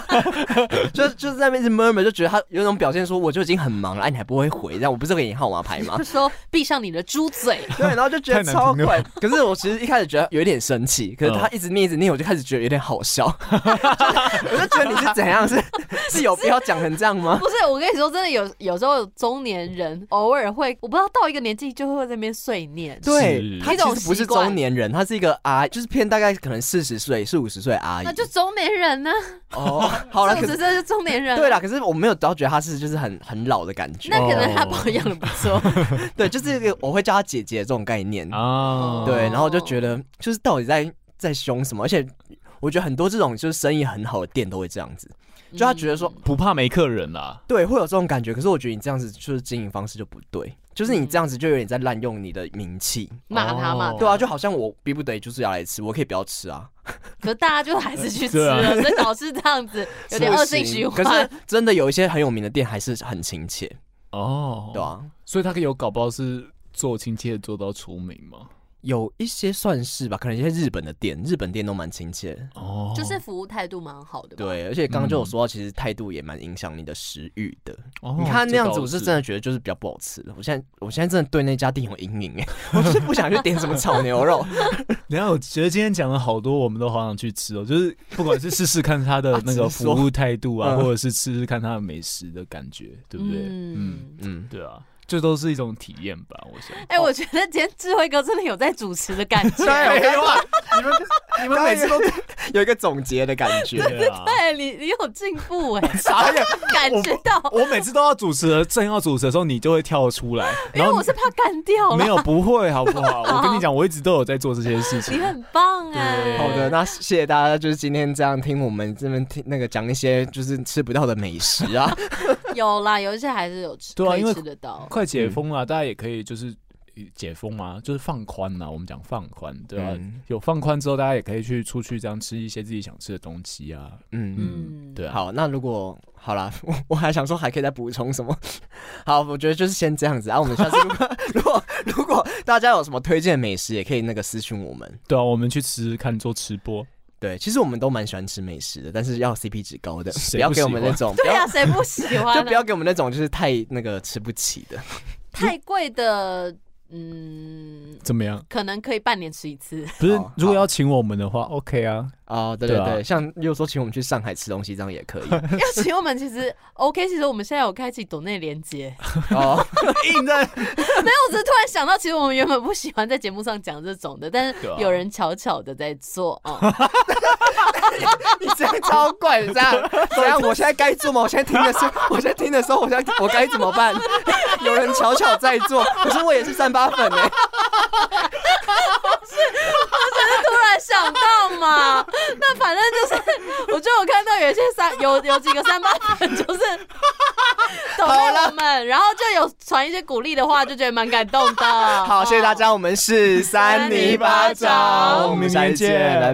[SPEAKER 3] 就就是在那边一直 murmur，就觉得他有一种表现说我就已经很忙了，哎，你还不会回，这样我不是给你号码牌 吗
[SPEAKER 4] 就？说闭上你的猪嘴，
[SPEAKER 3] 对，然后就觉得
[SPEAKER 2] 太难
[SPEAKER 3] 超
[SPEAKER 2] 听了
[SPEAKER 3] 怪。可是我其实一开始觉得有一点生气，可是他一直念一直念，我就开始觉得有点好笑， 就是我就觉得你是怎样，是是有必要讲成这样吗？
[SPEAKER 4] 不是，我跟你说，真的有有时候中年人偶尔会，我不知道到一个年纪就会在那边碎念。
[SPEAKER 3] 对
[SPEAKER 2] 是
[SPEAKER 3] 他
[SPEAKER 4] 一种
[SPEAKER 3] 其实不是
[SPEAKER 4] 习惯
[SPEAKER 3] 中年人，他是一个阿姨，就是偏大概可能四十岁、四五十岁阿姨。
[SPEAKER 4] 那就中年人呢、
[SPEAKER 3] 哦，好了，
[SPEAKER 4] 这
[SPEAKER 3] 可
[SPEAKER 4] 种是
[SPEAKER 3] 是
[SPEAKER 4] 这是中年人。啊
[SPEAKER 3] 对啦，，可是我没有到觉得他是就是很很老的感觉
[SPEAKER 4] 那，可能他
[SPEAKER 3] 哦
[SPEAKER 4] 保养的不错。
[SPEAKER 3] 对，就是一个我会叫他姐姐这种概念
[SPEAKER 2] 啊，
[SPEAKER 3] 对，然后我就
[SPEAKER 4] 哦
[SPEAKER 3] 觉得就是到底在在凶什么，而且我觉得很多这种就是生意很好的店都会这样子， 就他觉得
[SPEAKER 4] 嗯
[SPEAKER 3] 说、
[SPEAKER 2] 不怕没客人啦，
[SPEAKER 3] 对会有这种感觉，可是我觉得你这样子就是经营方式就不对，就是
[SPEAKER 4] 嗯
[SPEAKER 3] 你这样子就有点在滥用你的名气，
[SPEAKER 4] 骂他
[SPEAKER 2] 哦
[SPEAKER 4] 骂他，
[SPEAKER 3] 对啊，就好像我逼不得已就是要来吃，我可以不要吃啊，
[SPEAKER 4] 可大家就还是 去吃
[SPEAKER 2] 对啊
[SPEAKER 4] 了，所以导致这样子有点
[SPEAKER 3] 是不
[SPEAKER 4] 恶性
[SPEAKER 3] 行
[SPEAKER 4] 循
[SPEAKER 3] 可是
[SPEAKER 4] 环。
[SPEAKER 3] 真的有一些很有名的店还是很亲切，
[SPEAKER 2] 哦，
[SPEAKER 3] 对，啊，
[SPEAKER 2] 所以他有搞不好是做亲切做到出名嘛，
[SPEAKER 3] 有一些算是吧，可能一些日本的店，日本店都蛮亲切的。
[SPEAKER 2] 哦，
[SPEAKER 4] 就是服务态度蛮好的吧，
[SPEAKER 3] 对，而且刚刚就有说到，其实态度也蛮影响你的食欲的。
[SPEAKER 2] 哦
[SPEAKER 3] 你看那样子，我是真
[SPEAKER 2] 的
[SPEAKER 3] 的觉得就是比较不好吃的。我现在我现在真的对那家店有阴影哎，我就是不想去点什么炒牛肉。，
[SPEAKER 2] 然后我觉得今天讲了好多，我们都好想去吃哦，就是不管是试试看他的那个服务态度啊，
[SPEAKER 3] 啊只是说嗯
[SPEAKER 2] 或者是吃吃看他的美食的感觉，对不对？嗯，
[SPEAKER 4] 嗯。
[SPEAKER 3] 嗯，
[SPEAKER 2] 对啊，这都是一种体验吧，我想。
[SPEAKER 4] 哎、我觉得今天智慧哥真的有在主持的感觉，哦
[SPEAKER 3] 有啊，你们你们每次都 有一个总结的感觉。
[SPEAKER 2] 对啊，
[SPEAKER 4] 对你你有进 步哎、
[SPEAKER 3] 傻眼，
[SPEAKER 4] 感觉到，
[SPEAKER 2] 我每次都要主持了，正要主持的时候，你就会跳出来，
[SPEAKER 4] 因
[SPEAKER 2] 然
[SPEAKER 4] 为
[SPEAKER 2] 后
[SPEAKER 4] 我是怕干掉了
[SPEAKER 2] 没。有不会，好不好？我跟你讲，我一直都有在做这些事
[SPEAKER 4] 你
[SPEAKER 2] 情。
[SPEAKER 4] 很棒哎、
[SPEAKER 2] 对
[SPEAKER 3] 好的，那谢谢大家，就是今天这样听我们这边听那个讲一些就是吃不到的美食啊。
[SPEAKER 4] 有啦，有一些还是有吃，
[SPEAKER 2] 对啊
[SPEAKER 4] 可以
[SPEAKER 2] 因为
[SPEAKER 4] 吃得到。
[SPEAKER 2] 快解封了，大家也可以就是解封啊，就是放宽啦。我们讲放宽，对吧、
[SPEAKER 3] 嗯
[SPEAKER 2] 有放宽之后，大家也可以去出去这样吃一些自己想吃的东西啊。
[SPEAKER 3] 嗯，
[SPEAKER 4] 嗯，
[SPEAKER 2] 对啊，
[SPEAKER 3] 好，那如果好啦， 我我还想说还可以再补充什么。 好，我觉得就是先这样子啊。我们 下次如果 如果如果大家有什么推荐的美食，也可以那个私讯我们。
[SPEAKER 2] 对啊，我们去吃吃看做吃播，
[SPEAKER 3] 对，其实我们都蛮喜欢吃美食的，但是要 CP 值高的，
[SPEAKER 2] 谁
[SPEAKER 3] 不要
[SPEAKER 2] 不
[SPEAKER 3] 给我
[SPEAKER 2] 喜
[SPEAKER 3] 们那
[SPEAKER 2] 欢
[SPEAKER 3] 种，不
[SPEAKER 4] 对
[SPEAKER 3] 要、
[SPEAKER 4] 啊，谁不 喜欢、啊？
[SPEAKER 3] 就不要给我们那种就是太那个吃不起的。
[SPEAKER 4] 太贵的，嗯，
[SPEAKER 2] 怎么样？
[SPEAKER 4] 可能可以半年吃一次。
[SPEAKER 2] 不是
[SPEAKER 3] 好，
[SPEAKER 2] 如果要请我们的话，OK 啊。
[SPEAKER 3] 哦，对对
[SPEAKER 2] 对啊啊
[SPEAKER 3] 对，像又说请我们去上海吃东西，这样也可以。
[SPEAKER 4] 要请我们其实 OK，其实我们现在有开启抖内连接。
[SPEAKER 3] 哦，
[SPEAKER 2] 硬在
[SPEAKER 4] 没有，我只是突然想到，其实我们原本不喜欢在节目上讲这种的，但是
[SPEAKER 2] 对啊
[SPEAKER 4] 有人悄悄的在做哦。
[SPEAKER 3] 你这样超怪的，这样这样，我现在该做吗？我现在听的时候，我现在听的时候，我现在我该怎么办？ 有人巧巧在做，可是我也是三八粉哎、
[SPEAKER 4] 突然想到嘛，那反正就是有有几个三八粉就是懂了我们，然后就有传一些鼓励的话，就觉得蛮感动的。
[SPEAKER 3] 好，谢谢大家，我们是三
[SPEAKER 4] 三
[SPEAKER 3] 泥
[SPEAKER 4] 泥
[SPEAKER 3] 巴
[SPEAKER 4] 巴
[SPEAKER 3] 掌，
[SPEAKER 4] 掌
[SPEAKER 3] 我们下次见，
[SPEAKER 2] 明年见
[SPEAKER 3] 拜拜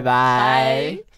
[SPEAKER 4] 拜。